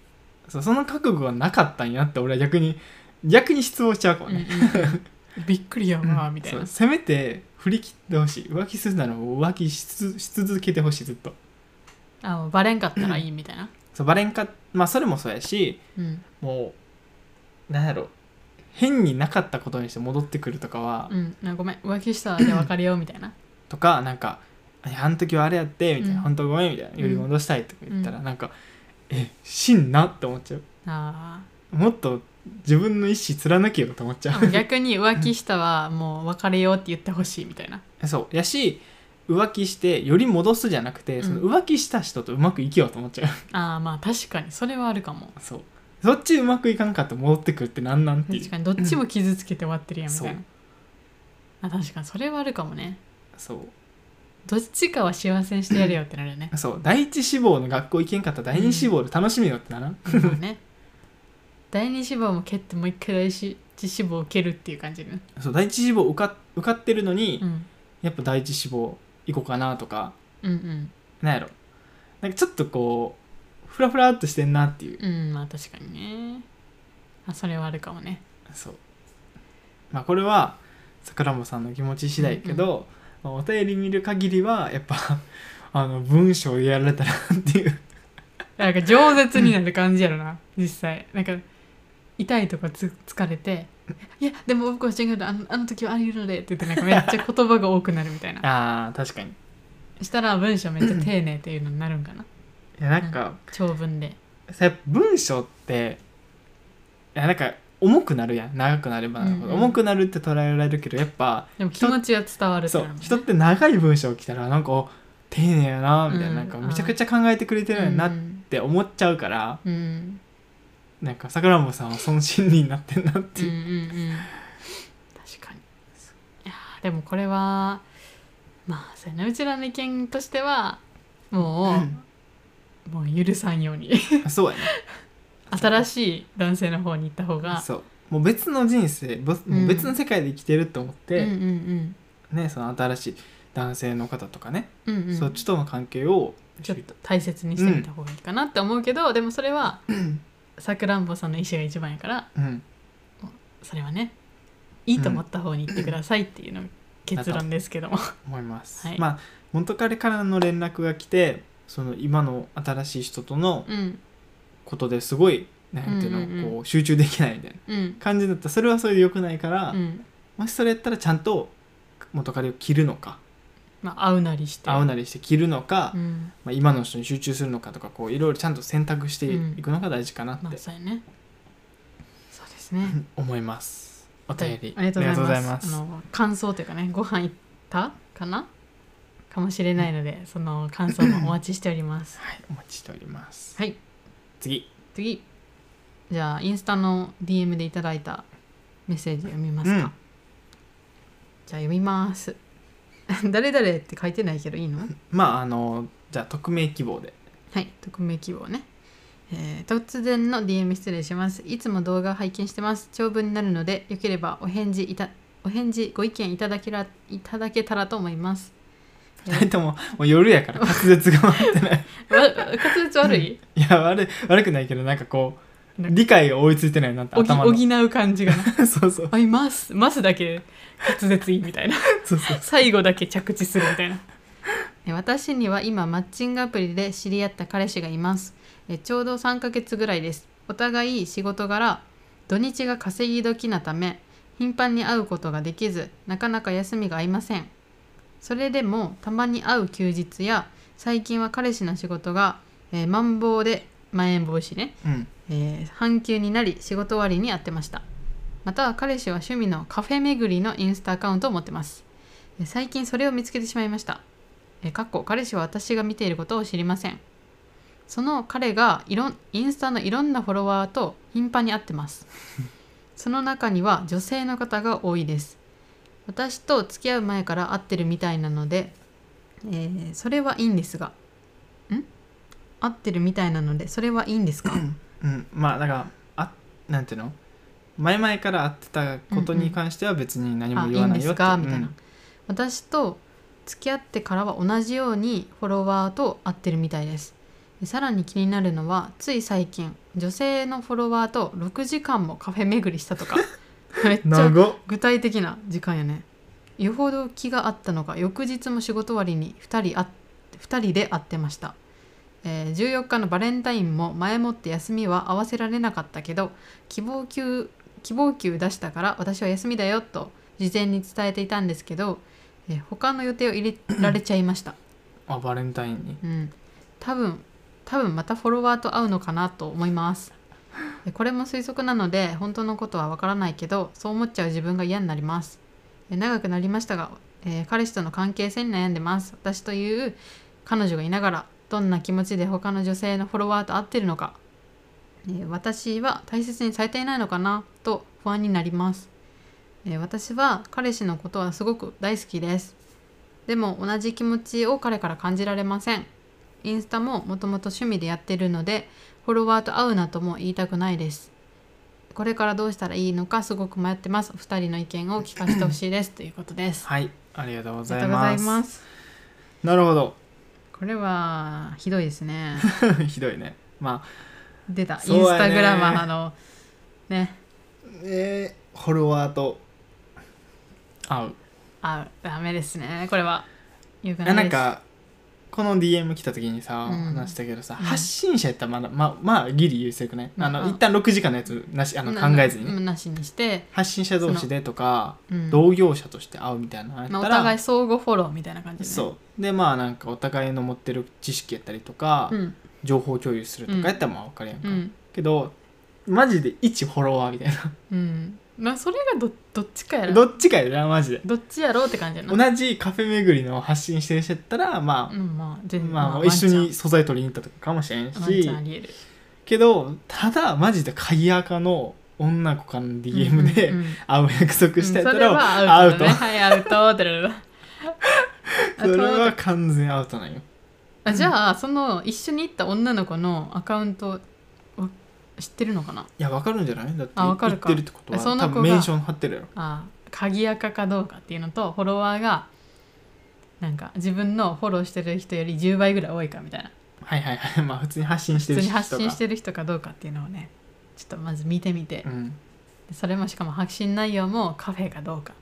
Speaker 1: そうその覚悟がなかったんやって俺は逆に逆に失望しちゃうかも
Speaker 2: うん
Speaker 1: ね、
Speaker 2: うんびっくりやわみたい
Speaker 1: そ
Speaker 2: な
Speaker 1: うせめて振り切ってほしい浮気するならもう浮気しつし続けてほしいずっと
Speaker 2: あもうバレんかったらいいみた いな、
Speaker 1: そうバレンカまあそれもそうやし
Speaker 2: うん
Speaker 1: もうなんやろ変になかったことにして戻ってくるとかは、
Speaker 2: うん、なごめん浮気したらじゃあ別れようみたいな
Speaker 1: とかなんか「いやあの時はあれやって」みたいな「
Speaker 2: うん
Speaker 1: 本当ごめん」みたいな「より戻したい」とか言ったら、
Speaker 2: う
Speaker 1: なんか「え死んな」って思っちゃう
Speaker 2: あ
Speaker 1: もっと自分の意思貫けよと思っちゃ
Speaker 2: ー逆に浮気したはもう別れようって言ってほしいみたいな
Speaker 1: う そうやし浮気してより戻すじゃなくて、
Speaker 2: うん
Speaker 1: その浮気した人とうまくいけよと思っちゃう
Speaker 2: あーまあ確かにそれはあるかも
Speaker 1: そうそっちうまくいかんかったら戻ってくるってなんなんっていう
Speaker 2: 確かにどっちも傷つけて終わってるやんみたい
Speaker 1: そ
Speaker 2: な
Speaker 1: う
Speaker 2: あ確かにそれはあるかもね
Speaker 1: そう
Speaker 2: どっちかは幸せにしてやれよってなるよね
Speaker 1: そう第一志望の学校行けんかったら第二志望で楽しみよってならん、
Speaker 2: まあね第二志望も蹴ってもう一回第一志望を蹴るっていう感じでね、
Speaker 1: そう第一志望受か受かってるのに、
Speaker 2: うん、
Speaker 1: やっぱ第一志望行こうかなとか
Speaker 2: うんうん
Speaker 1: なんやろなんかちょっとこうフラフラっとしてんなっていう
Speaker 2: うんまあ確かにねあそれはあるかもね
Speaker 1: そうまあこれは桜もさんの気持ち次第やけど、まあお便り見る限りはやっぱ あの文章やられたらっていう
Speaker 2: なんか饒舌になる感じやろな実際なんか痛いとかつ疲れて「いやでも僕は違うのあのあの時はああいうので」って言ってなんかめっちゃ言葉が多くなるみたいな
Speaker 1: あー確かに
Speaker 2: したら文章めっちゃ丁寧っていうのになるんかない
Speaker 1: やなんか、
Speaker 2: 長文で
Speaker 1: さやっぱ文章っていやなんか重くなるやん長くなればなるほど、
Speaker 2: うんうん
Speaker 1: 重くなるって捉えられるけどやっぱ
Speaker 2: でも気持ちは伝わるって
Speaker 1: そ
Speaker 2: な
Speaker 1: う
Speaker 2: るもんね
Speaker 1: 人って長い文章来たらなんかお丁寧やなみたいな,、
Speaker 2: うん
Speaker 1: なんかめちゃくちゃ考えてくれてるやな
Speaker 2: う
Speaker 1: っ
Speaker 2: ん
Speaker 1: て思っちゃうから、
Speaker 2: うんうん
Speaker 1: なんか桜本さんはその心理になってんなっ
Speaker 2: う
Speaker 1: て
Speaker 2: んう
Speaker 1: いう、
Speaker 2: んうん確かにいやーでもこれはまあそうやなうちらの意見としてはもう、もう許さんように
Speaker 1: そうや
Speaker 2: 新しい男性の方に行った方
Speaker 1: ね
Speaker 2: が
Speaker 1: そうもう別の人生ぼ
Speaker 2: うん
Speaker 1: 別の世界で生きてると思っ
Speaker 2: うんう
Speaker 1: て、
Speaker 2: ん
Speaker 1: ねその新しい男性の方とかね、
Speaker 2: うんうんうん
Speaker 1: そっちとの関係を
Speaker 2: ちょっと大切にしてみた方がいいかなって思うけど、でもそれはさくらんぼさんの意思が一番やから
Speaker 1: うん
Speaker 2: それはねいいと思った方に行ってくださいっていうのを結論ですけども
Speaker 1: 思います、
Speaker 2: はい
Speaker 1: まあ元彼からの連絡が来てその今の新しい人との
Speaker 2: うん
Speaker 1: ことですごいなんていうの、
Speaker 2: うんうんうん
Speaker 1: こう集中できないみたいな
Speaker 2: うん
Speaker 1: 感じだったらそれはそれで良くないから、
Speaker 2: うん
Speaker 1: もしそれやったらちゃんと元彼を切るのか
Speaker 2: まあ会うなりして
Speaker 1: 会うなりして切るのか、
Speaker 2: うん
Speaker 1: まあ、今の人に集中するのかとかこういろいろちゃんと選択していくのが大事かなって
Speaker 2: まあそうやねそうですね
Speaker 1: 思います。お便り
Speaker 2: ありがとうございます
Speaker 1: ありがとうござい
Speaker 2: あの感想というかねご飯行ったかなかもしれないのでその感想もお待ちしております
Speaker 1: はい、お待ちしております。
Speaker 2: はい
Speaker 1: 次、
Speaker 2: 次じゃあインスタの DM でいただいたメッセージ読みますか、
Speaker 1: うん
Speaker 2: じゃあ読みます 誰々って書いてないけどいいの
Speaker 1: まああのじゃあ匿名希望で。
Speaker 2: はい、匿名希望ね、えー突然の DM 失礼します。いつも動画を拝見してます。長文になるので、よければお返事いた、お返事、ご意見いただけら、いただけたらと思います。え
Speaker 1: 二人とももう夜やから滑舌が回ってない。
Speaker 2: わ滑舌悪い
Speaker 1: いや悪い悪くないけどなんかこう
Speaker 2: なんか
Speaker 1: 理解が追いついてないなって
Speaker 2: おぎ
Speaker 1: 頭の。
Speaker 2: 補う感じがな。
Speaker 1: そうそう
Speaker 2: あ、います、ますだけ滑舌いいみたいな。
Speaker 1: そうそう。
Speaker 2: 最後だけ着地するみたいな え私には今マッチングアプリで知り合った彼氏がいますえちょうど3ヶ月ぐらいですお互い仕事柄土日が稼ぎ時なため頻繁に会うことができずなかなか休みが合いませんそれでもたまに会う休日や最近は彼氏の仕事が、えー、マンボウでまん延防止ね
Speaker 1: うん
Speaker 2: えー半休になり仕事終わりにやってましたまたは彼氏は趣味のカフェ巡りのインスタアカウントを持ってますえー最近それを見つけてしまいましたえーかっこ彼氏は私が見ていることを知りませんその彼がいろんインスタのいろんなフォロワーと頻繁に会ってますその中には女性の方が多いです私と付き合う前から会ってるみたいなので、えーそれはいいんですがん会ってるみたいなのでそれはいいんですか
Speaker 1: うんまあだからあなんていうの前々から会ってたことに関しては別に何
Speaker 2: あ
Speaker 1: も
Speaker 2: い
Speaker 1: 言
Speaker 2: い
Speaker 1: わ
Speaker 2: ん
Speaker 1: な
Speaker 2: で
Speaker 1: いよ
Speaker 2: す
Speaker 1: って。
Speaker 2: かみたいな、私と付き合ってからは同じようにフォロワーと会ってるみたいですでさらに気になるのはつい最近女性のフォロワーと6時間もカフェ巡りしたとか めっ
Speaker 1: うん
Speaker 2: ちゃ
Speaker 1: 長っ
Speaker 2: 具体的な時間やねよほど気があったのか翌日も仕事終わりに2人あ2人で会ってました、えー14日のバレンタインも前もって休みは合わせられなかったけど希望給希望給出したから私は休みだよと事前に伝えていたんですけど、えー他の予定を入れられちゃいました
Speaker 1: あバレンタインに。
Speaker 2: うん、多分多分またフォロワーと会うのかなと思いますでこれも推測なので本当のことはわからないけどそう思っちゃう自分が嫌になりますえ長くなりましたが、えー彼氏との関係性に悩んでます私という彼女がいながらどんな気持ちで他の女性のフォロワーと会ってるのか、えー私は大切にされていないのかなと不安になります、えー私は彼氏のことはすごく大好きですでも同じ気持ちを彼から感じられませんインスタももともと趣味でやってるのでフォロワーと会うなとも言いたくないですこれからどうしたらいいのかすごく迷ってますお二人の意見を聞かせてほしいですということですあ
Speaker 1: はいありがとうご
Speaker 2: りが
Speaker 1: ざ
Speaker 2: と
Speaker 1: いう
Speaker 2: ござ
Speaker 1: ま
Speaker 2: い
Speaker 1: す。
Speaker 2: ます
Speaker 1: なるほど
Speaker 2: これはひどいですね
Speaker 1: ひどいね。まあ
Speaker 2: 出たイン
Speaker 1: そうやね
Speaker 2: スタグラマーのね
Speaker 1: えー、フォロワーと会う
Speaker 2: あダメですねこれはよく
Speaker 1: あ
Speaker 2: な
Speaker 1: ないん
Speaker 2: です
Speaker 1: かこの DM 来た時にさ、
Speaker 2: うん
Speaker 1: 話したけどさ、
Speaker 2: うん
Speaker 1: 発信者やったらまだままあギリ優勢くない、
Speaker 2: まあ
Speaker 1: あの
Speaker 2: まあ
Speaker 1: 一旦6時間のやつなしあの
Speaker 2: な
Speaker 1: 考えずにね、
Speaker 2: ななしにして、
Speaker 1: 発信者同士でとか、
Speaker 2: うん
Speaker 1: 同業者として会うみたいなのやった
Speaker 2: ま
Speaker 1: ら
Speaker 2: あ、お、互い相互フォローみたいな感じで、ね、
Speaker 1: そうでまあなんかお互いの持ってる知識やったりとか、
Speaker 2: うん
Speaker 1: 情報共有するとかやったらまあ分かるやんか、
Speaker 2: うん
Speaker 1: けどマジで1フォロワーみたい
Speaker 2: うんまあそれがどどっちかや
Speaker 1: な
Speaker 2: ら
Speaker 1: どっちかやなマジで
Speaker 2: どっちやろうって感じやな
Speaker 1: 同じカフェ巡りの発信してる人やったらまあ、
Speaker 2: うんまあ全
Speaker 1: まあ、
Speaker 2: ワン
Speaker 1: 一
Speaker 2: チ
Speaker 1: 緒
Speaker 2: ャン
Speaker 1: に素材取りに行ったとかかもしれん
Speaker 2: ワンチ
Speaker 1: し
Speaker 2: ャンありえる
Speaker 1: けどただマジで鍵アカの女の子からの DM で
Speaker 2: うんうんうん
Speaker 1: 会う約束したやった
Speaker 2: うんそれ
Speaker 1: ら
Speaker 2: はアウトだね
Speaker 1: アウ
Speaker 2: はいアウトってなる
Speaker 1: それは完全アウトなんよ
Speaker 2: あじゃあその一緒に行った女の子のアカウントを知ってるのかない
Speaker 1: やわかるんじゃないだって
Speaker 2: あ
Speaker 1: 言
Speaker 2: わかる
Speaker 1: っ
Speaker 2: か
Speaker 1: てるってことは
Speaker 2: その
Speaker 1: 多
Speaker 2: 子が
Speaker 1: 分メンション貼ってるやろ
Speaker 2: あ鍵垢かどうかっていうのとフォロワーがなんか自分のフォローしてる人より10倍ぐらい多いかみたいな
Speaker 1: はいはいはい まあ普通に発信して
Speaker 2: 普
Speaker 1: る
Speaker 2: 通に
Speaker 1: 人が
Speaker 2: 発信してる人かどうかっていうのをねちょっとまず見てみて
Speaker 1: うん
Speaker 2: それもしかも発信内容もカフェかどうか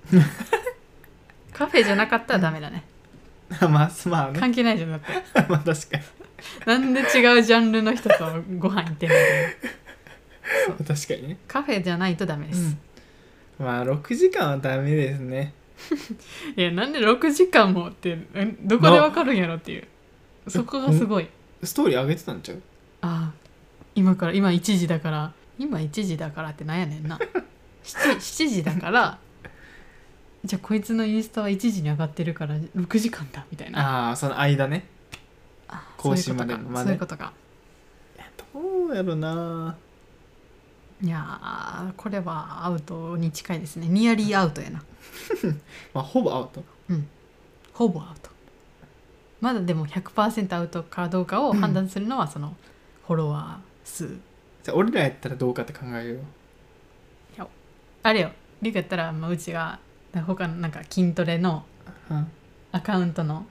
Speaker 2: カカフェじゃなかったらダメだね
Speaker 1: まあすまあね
Speaker 2: 関係ないじゃんだって
Speaker 1: まあ確かに
Speaker 2: なんで違うジャンルの人とご飯行ってんの
Speaker 1: 確かにね、
Speaker 2: カフェじゃないとダメです、
Speaker 1: まあ6時間はダメですね
Speaker 2: いやなんで6時間もってんどこでわかるんやろっていうそこがすごい
Speaker 1: ストーリー上げてたんちゃう
Speaker 2: ああ今から今1時だから今1時だからってなんやねんな 7, 7時だからじゃあこいつのインスタは1時に上がってるから6時間だみたいな
Speaker 1: ああその間ね
Speaker 2: あ
Speaker 1: 更新まで
Speaker 2: そういうこと
Speaker 1: まで
Speaker 2: かそういうことか
Speaker 1: どうやろない
Speaker 2: やーこれはアウトに近いですねニアリーアウトやな
Speaker 1: まあほぼアウト
Speaker 2: ほぼアウトまだでも100%アウトかどうかを判断するのはそのフォロワー数
Speaker 1: じゃあ俺らやったらどうかって考えるよ
Speaker 2: あれよリクやったら、まあ、うちが他のなんか筋トレの
Speaker 1: うん
Speaker 2: アカウントの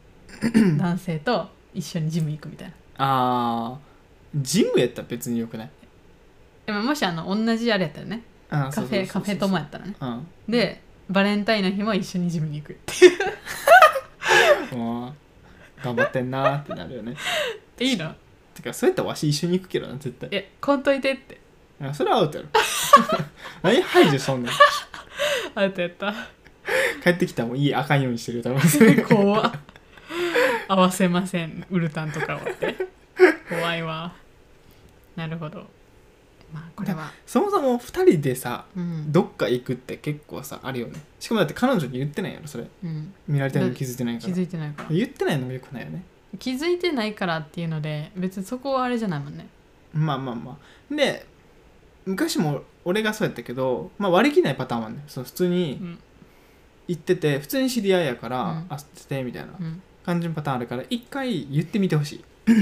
Speaker 2: 男性と一緒にジム行くみたいな
Speaker 1: あージムやったら別によくない
Speaker 2: でももしあの同じあれやったらね
Speaker 1: カ
Speaker 2: カフェカフェ友やったらね
Speaker 1: うん
Speaker 2: でバレンタインの日も一緒にジムに行くって
Speaker 1: もう頑張ってんなーってなるよ ね
Speaker 2: いいの
Speaker 1: てかそうやったらわし一緒に行くけどな絶対
Speaker 2: えこんといてって
Speaker 1: あそれはアウトやろ 何排除そんなん
Speaker 2: あウトやった
Speaker 1: 帰ってきたらもういいあかんようにしてるよ多 分
Speaker 2: 怖っ合わせませんウルタンとかはって怖いわなるほどまあこれは
Speaker 1: そもそも2人でさ
Speaker 2: うん、
Speaker 1: どっか行くって結構さあるよねしかもだって彼女に言ってないやろそれ
Speaker 2: うん、
Speaker 1: 見られてるの気づいてないか
Speaker 2: 気
Speaker 1: ら
Speaker 2: づいてないから
Speaker 1: 言ってないのもよくないよね
Speaker 2: 気づいてないからっていうので別にそこはあれじゃないもんね
Speaker 1: まあまあまあで昔も俺がそうやったけど、まあ、割り切れないパターンはねその普通
Speaker 2: う
Speaker 1: に
Speaker 2: ん
Speaker 1: 行ってて普通に知り合いやから、
Speaker 2: うん
Speaker 1: あ捨ててみたいな
Speaker 2: うん
Speaker 1: 感じのパターンあるから一回言ってみてほしい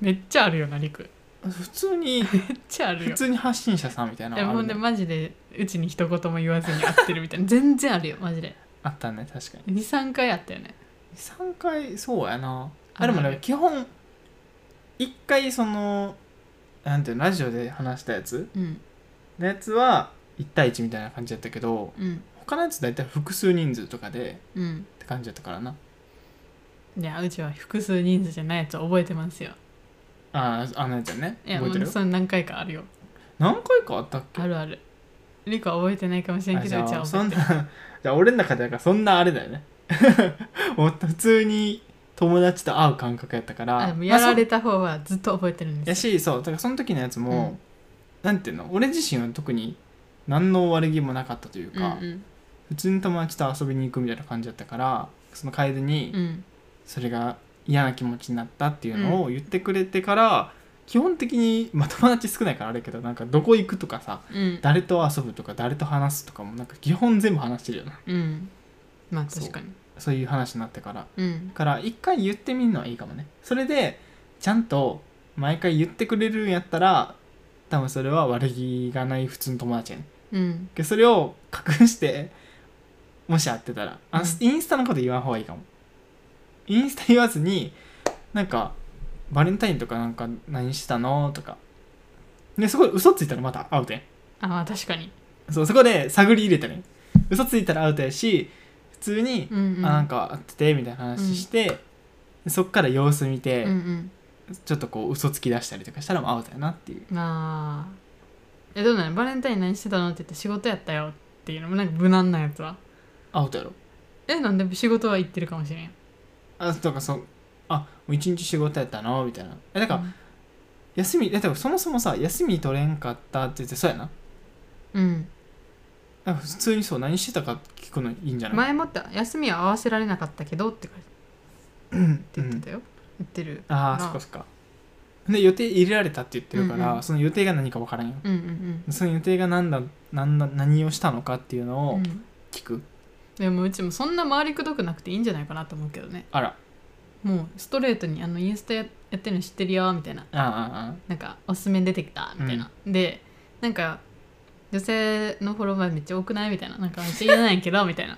Speaker 2: めっちゃあるよなりく
Speaker 1: 普通に
Speaker 2: めっ ちゃある
Speaker 1: 普
Speaker 2: よ
Speaker 1: 通に発信者さんみたいな
Speaker 2: え
Speaker 1: の
Speaker 2: ほ
Speaker 1: あ,、
Speaker 2: んで
Speaker 1: ね、
Speaker 2: マジでうちに一言も言わずに会ってるみたい な全然あるよマジで
Speaker 1: あったね確かに
Speaker 2: 23回あったよね
Speaker 1: 3回そうやなあ
Speaker 2: あ
Speaker 1: で
Speaker 2: る
Speaker 1: もね基本一回そのなんていうのラジオで話したやつ
Speaker 2: うん
Speaker 1: のやつは1対1みたいな感じやったけど
Speaker 2: うん
Speaker 1: 他のやつ大体複数人数とかで
Speaker 2: うん
Speaker 1: って感じやったからない
Speaker 2: やうちは複数人数じゃないやつ覚えてますよ
Speaker 1: あああのやつやね
Speaker 2: いや
Speaker 1: 覚えて
Speaker 2: も
Speaker 1: る
Speaker 2: うその何回かあるよ
Speaker 1: 何回かあったっけ
Speaker 2: あるあるリコは覚えてないかもしれん
Speaker 1: あ
Speaker 2: け
Speaker 1: じ
Speaker 2: どうち
Speaker 1: ゃ
Speaker 2: は
Speaker 1: あ
Speaker 2: 覚
Speaker 1: そ
Speaker 2: え
Speaker 1: ん
Speaker 2: て
Speaker 1: な
Speaker 2: る
Speaker 1: じゃあ俺の中でだからそんなあれだよね もう普通に友達と会う感覚やったから
Speaker 2: あでもやら
Speaker 1: まあ
Speaker 2: れた方はずっと覚えてるん
Speaker 1: そうや
Speaker 2: です
Speaker 1: しそうだからその時のやつ
Speaker 2: う
Speaker 1: も
Speaker 2: ん、
Speaker 1: なんていうの俺自身は特に何の悪気もなかったという
Speaker 2: よ
Speaker 1: か、
Speaker 2: うん
Speaker 1: 普通に友達と遊びに行くみたいな感じだったからその楓
Speaker 2: う
Speaker 1: に
Speaker 2: ん
Speaker 1: それが嫌な気持ちになったっていうのを言ってくれてから、基本的に、まあ、友達少ないからあれやけどなんかどこ行くとかさ
Speaker 2: うん
Speaker 1: 誰と遊ぶとか誰と話すとかもなんか基本全部話してるよな
Speaker 2: うん、うん、まあ
Speaker 1: そう
Speaker 2: 確かに
Speaker 1: そういう話になってから
Speaker 2: うん
Speaker 1: だから一回言ってみるのはいいかもねそれでちゃんと毎回言ってくれるんやったら多分それは悪気がない普通の友達やね
Speaker 2: うん
Speaker 1: でそれを隠してもし会ってたらあ、
Speaker 2: うん
Speaker 1: インスタのこと言わん方がいいかもインスタ言わずになんかバレンタインとかなんか何してたのとかでそこで嘘ついたらまたアウトやん
Speaker 2: あまあ確かに
Speaker 1: そうそこで探り入れたね嘘ついたらアウトやし普通に
Speaker 2: うんうん
Speaker 1: あなんか会っててみたいな話して、そっから様子見て、
Speaker 2: うん
Speaker 1: ちょっとこう嘘つき出したりとかしたらもうアウトやなっていう
Speaker 2: うんああえどうなのバレンタイン何してたのって言って仕事やったよっていうのもなんか無難なやつは
Speaker 1: アウトやろ
Speaker 2: えなんで仕事は行ってるかもしれんやん
Speaker 1: あとかそうあもう一日仕事やったのみたいなえだから、休みえだからそもそもさ休み取れんかったって言ってそうやな
Speaker 2: うん、
Speaker 1: なんか普通にそう何してたか聞くのいいんじゃない
Speaker 2: 前もって休みは合わせられなかったけどって書いて
Speaker 1: う
Speaker 2: 言って
Speaker 1: ん、
Speaker 2: たよ、言ってる
Speaker 1: ああ
Speaker 2: な
Speaker 1: そっかそっかで予定入れられたって言ってるから、
Speaker 2: うんうん
Speaker 1: その予定が何か分からんよ
Speaker 2: うんうん
Speaker 1: その予定が何だ何だ何をしたのかっていうのを
Speaker 2: うんうん
Speaker 1: 聞く、
Speaker 2: でもうちもそんな回りくどくなくていいんじゃないかなと思うけどね
Speaker 1: あら
Speaker 2: もうストレートにあのインスタややってるの知ってるよみたいな
Speaker 1: ああ
Speaker 2: なんかおすすめ出てきたみたいな、でなんか女性のフォロワーめっちゃ多くないみたいななんかめっちゃ言えないけどみたいな
Speaker 1: あ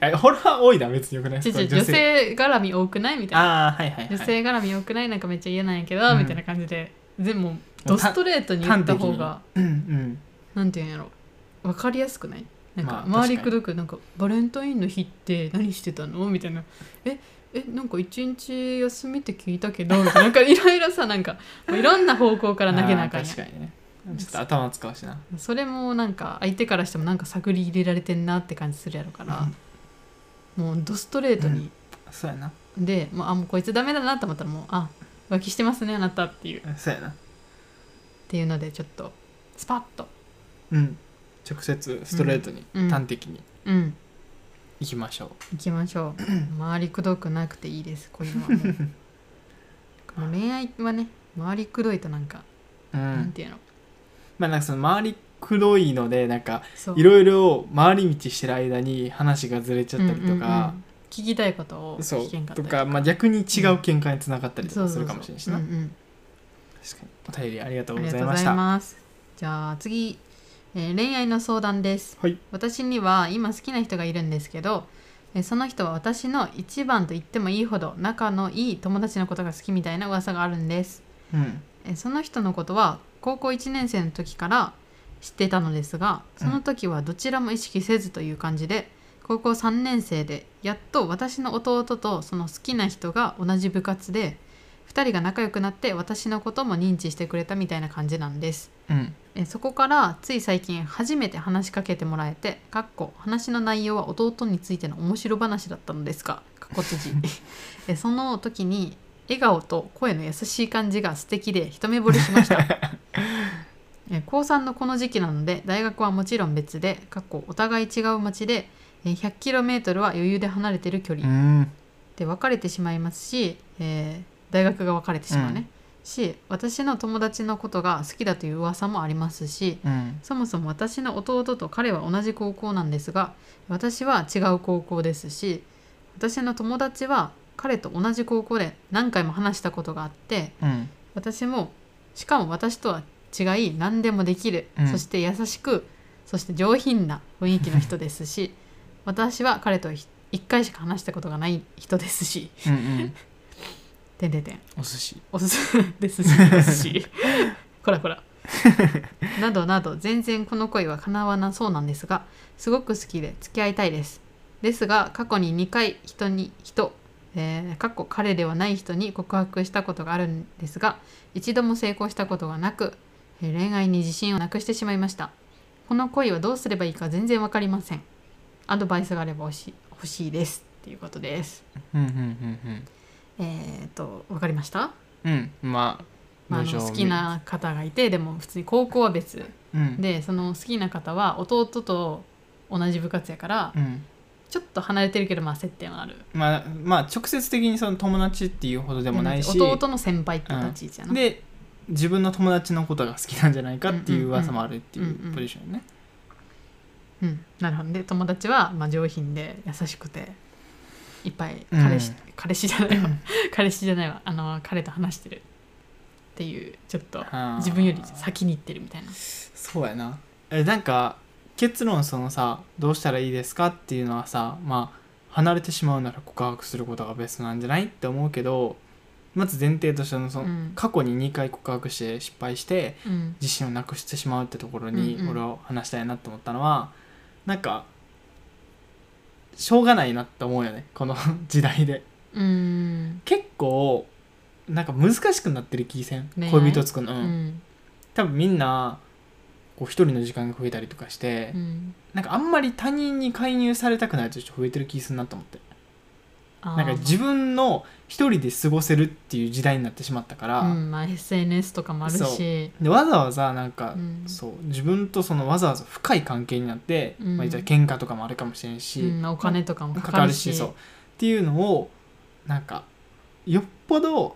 Speaker 1: ああホラー多いな別によくない
Speaker 2: ちょち
Speaker 1: そ
Speaker 2: ょ
Speaker 1: う
Speaker 2: 女性絡み多くないみたいな
Speaker 1: ああはいはい、はい、
Speaker 2: 女性絡み多くないなんかめっちゃ言えないけど、
Speaker 1: うん
Speaker 2: みたいな感じで全部ドストレートに言った方が
Speaker 1: うんうん
Speaker 2: なんて言うんやろ分かりやすくないなんか
Speaker 1: まあ
Speaker 2: 周りくどくなんかバレンタインの日って何してたのみたいなええなんか一日休みって聞いたけどみたいななんかいろいろさなんかもういろんな方向から投げなあか
Speaker 1: あ
Speaker 2: ん
Speaker 1: ー
Speaker 2: や
Speaker 1: 確
Speaker 2: ん
Speaker 1: かにねちょっと頭使うしな
Speaker 2: それもなんか相手からしてもなんか探り入れられてんなって感じするやろから、もうドストレートに、
Speaker 1: そうやな
Speaker 2: でもうあもうこいつダメだなと思ったらもうあ浮気してますねあなたっていうっ
Speaker 1: そうやな
Speaker 2: ていうのでちょっとスパッと
Speaker 1: うん直接ストレートに、
Speaker 2: うん
Speaker 1: 端的に
Speaker 2: うん
Speaker 1: いきましょう、
Speaker 2: 行きましょう 周りくどくなくていいですこういうのは もうこの恋愛はね周りくどいとなんか、
Speaker 1: うん
Speaker 2: なんていうの
Speaker 1: まあなんかその周り黒いのでなんか
Speaker 2: そう
Speaker 1: いろいろ回り道してる間に話がずれちゃったりと
Speaker 2: うんうんう
Speaker 1: か、
Speaker 2: ん聞きたいことを
Speaker 1: そ
Speaker 2: 聞けん
Speaker 1: う
Speaker 2: かっ
Speaker 1: と
Speaker 2: たり
Speaker 1: か、まあ、逆に違う見解につながったりと
Speaker 2: そう
Speaker 1: か
Speaker 2: そう
Speaker 1: す
Speaker 2: そう
Speaker 1: るかもしれないしな、
Speaker 2: うんうん
Speaker 1: 確かにお便りありがとう
Speaker 2: あ
Speaker 1: ご
Speaker 2: り
Speaker 1: ざ
Speaker 2: がと
Speaker 1: いう
Speaker 2: ご
Speaker 1: ま
Speaker 2: ざ
Speaker 1: し
Speaker 2: い
Speaker 1: た
Speaker 2: ます。じゃあ次、えー恋愛の相談です。
Speaker 1: はい
Speaker 2: 私には今好きな人がいるんですけど、えーその人は私の一番と言ってもいいほど仲のいい友達のことが好きみたいな噂があるんです。
Speaker 1: うん
Speaker 2: えーその人のことは高校1年生の時から知ってたのですが、その時はどちらも意識せずという感じで、高校3年生でやっと私の弟とその好きな人が同じ部活で2人が仲良くなって私のことも認知してくれたみたいな感じなんです。
Speaker 1: うん
Speaker 2: えそこからつい最近初めて話しかけてもらえてかっこ話の内容は弟についての面白話だったのですがかっこ 閉じえその時に笑顔と声の優しい感じが素敵で一目惚れしました え高3のこの時期なので大学はもちろん別でかっこお互い違う町でえ 100km は余裕で離れてる距離
Speaker 1: うん
Speaker 2: で別れてしまいますし、えー大学が別れてしまうね、し私の友達のことが好きだという噂もありますし
Speaker 1: うん
Speaker 2: そもそも私の弟と彼は同じ高校なんですが私は違う高校ですし私の友達は彼と同じ高校で何回も話したことがあって
Speaker 1: うん
Speaker 2: 私もしかも私とは違い何でもできる、
Speaker 1: うん
Speaker 2: そして優しくそして上品な雰囲気の人ですし私は彼とひ一回しか話したことがない人ですし
Speaker 1: うんうん
Speaker 2: てんてんてん
Speaker 1: お寿司
Speaker 2: おすすめですしおすしこらこらなどなど全然この恋は叶わなそうなんですがすごく好きで付き合いたいですですが過去に2回人に人えー、過去彼ではない人に告白したことがあるんですが一度も成功したことがなく、えー恋愛に自信をなくしてしまいましたこの恋はどうすればいいか全然わかりませんアドバイスがあれば欲しい欲しいですっていうことです
Speaker 1: うんうんうん
Speaker 2: えー、っとわかりました
Speaker 1: うんうんまあ
Speaker 2: まあ、あ
Speaker 1: 路上
Speaker 2: の
Speaker 1: 見
Speaker 2: 好きな方がいてでも普通に高校は別
Speaker 1: うん
Speaker 2: でその好きな方は弟と同じ部活やから
Speaker 1: うん
Speaker 2: ちょっと離れてるけどまあ接点はある
Speaker 1: まあまあ直接的にその友達っていうほどでもないし
Speaker 2: 弟の先輩って立ち位置やな、
Speaker 1: で自分の友達のことが好きなんじゃないかっていう噂もあるってい
Speaker 2: んうんう
Speaker 1: うんうポジションね
Speaker 2: うん、なるほどで友達はまあ上品で優しくていっぱい
Speaker 1: うん
Speaker 2: 彼氏、彼氏じゃないわ彼氏じゃないわあの彼と話してるっていうちょっと
Speaker 1: あー
Speaker 2: 自分より先に行ってるみたいな
Speaker 1: そうやなえなんか結論そのさどうしたらいいですかっていうのはさまあ離れてしまうなら告白することがベストなんじゃないって思うけどまず前提としてのその、
Speaker 2: うん
Speaker 1: 過去に2回告白して失敗して
Speaker 2: うん
Speaker 1: 自信をなくしてしまうってところに
Speaker 2: うんうん
Speaker 1: 俺は話したいなと思ったのは、なんかしょうがないなって思うよねこの 時代で
Speaker 2: うん
Speaker 1: 結構なんか難しくなってる気せん
Speaker 2: 恋愛
Speaker 1: 恋人作るの、
Speaker 2: う
Speaker 1: うん
Speaker 2: ん
Speaker 1: 多分みんなこう一人の時間が増えたりとかして、
Speaker 2: うん
Speaker 1: なんかあんまり他人に介入されたくないとちょっと増えてる気するなと思って
Speaker 2: あー
Speaker 1: なんか自分の一人で過ごせるっていう時代になってしまったから、
Speaker 2: うんまあ、SNS とかもあるし
Speaker 1: でわざわざなんか、
Speaker 2: うん
Speaker 1: そう自分とそのわざわざ深い関係になって、
Speaker 2: うん
Speaker 1: まあ、言ったら喧嘩とかもあるかもしれんし、
Speaker 2: うんお金とかもか
Speaker 1: か
Speaker 2: か
Speaker 1: か
Speaker 2: る
Speaker 1: る
Speaker 2: し
Speaker 1: しそうっていうのをなんかよっぽど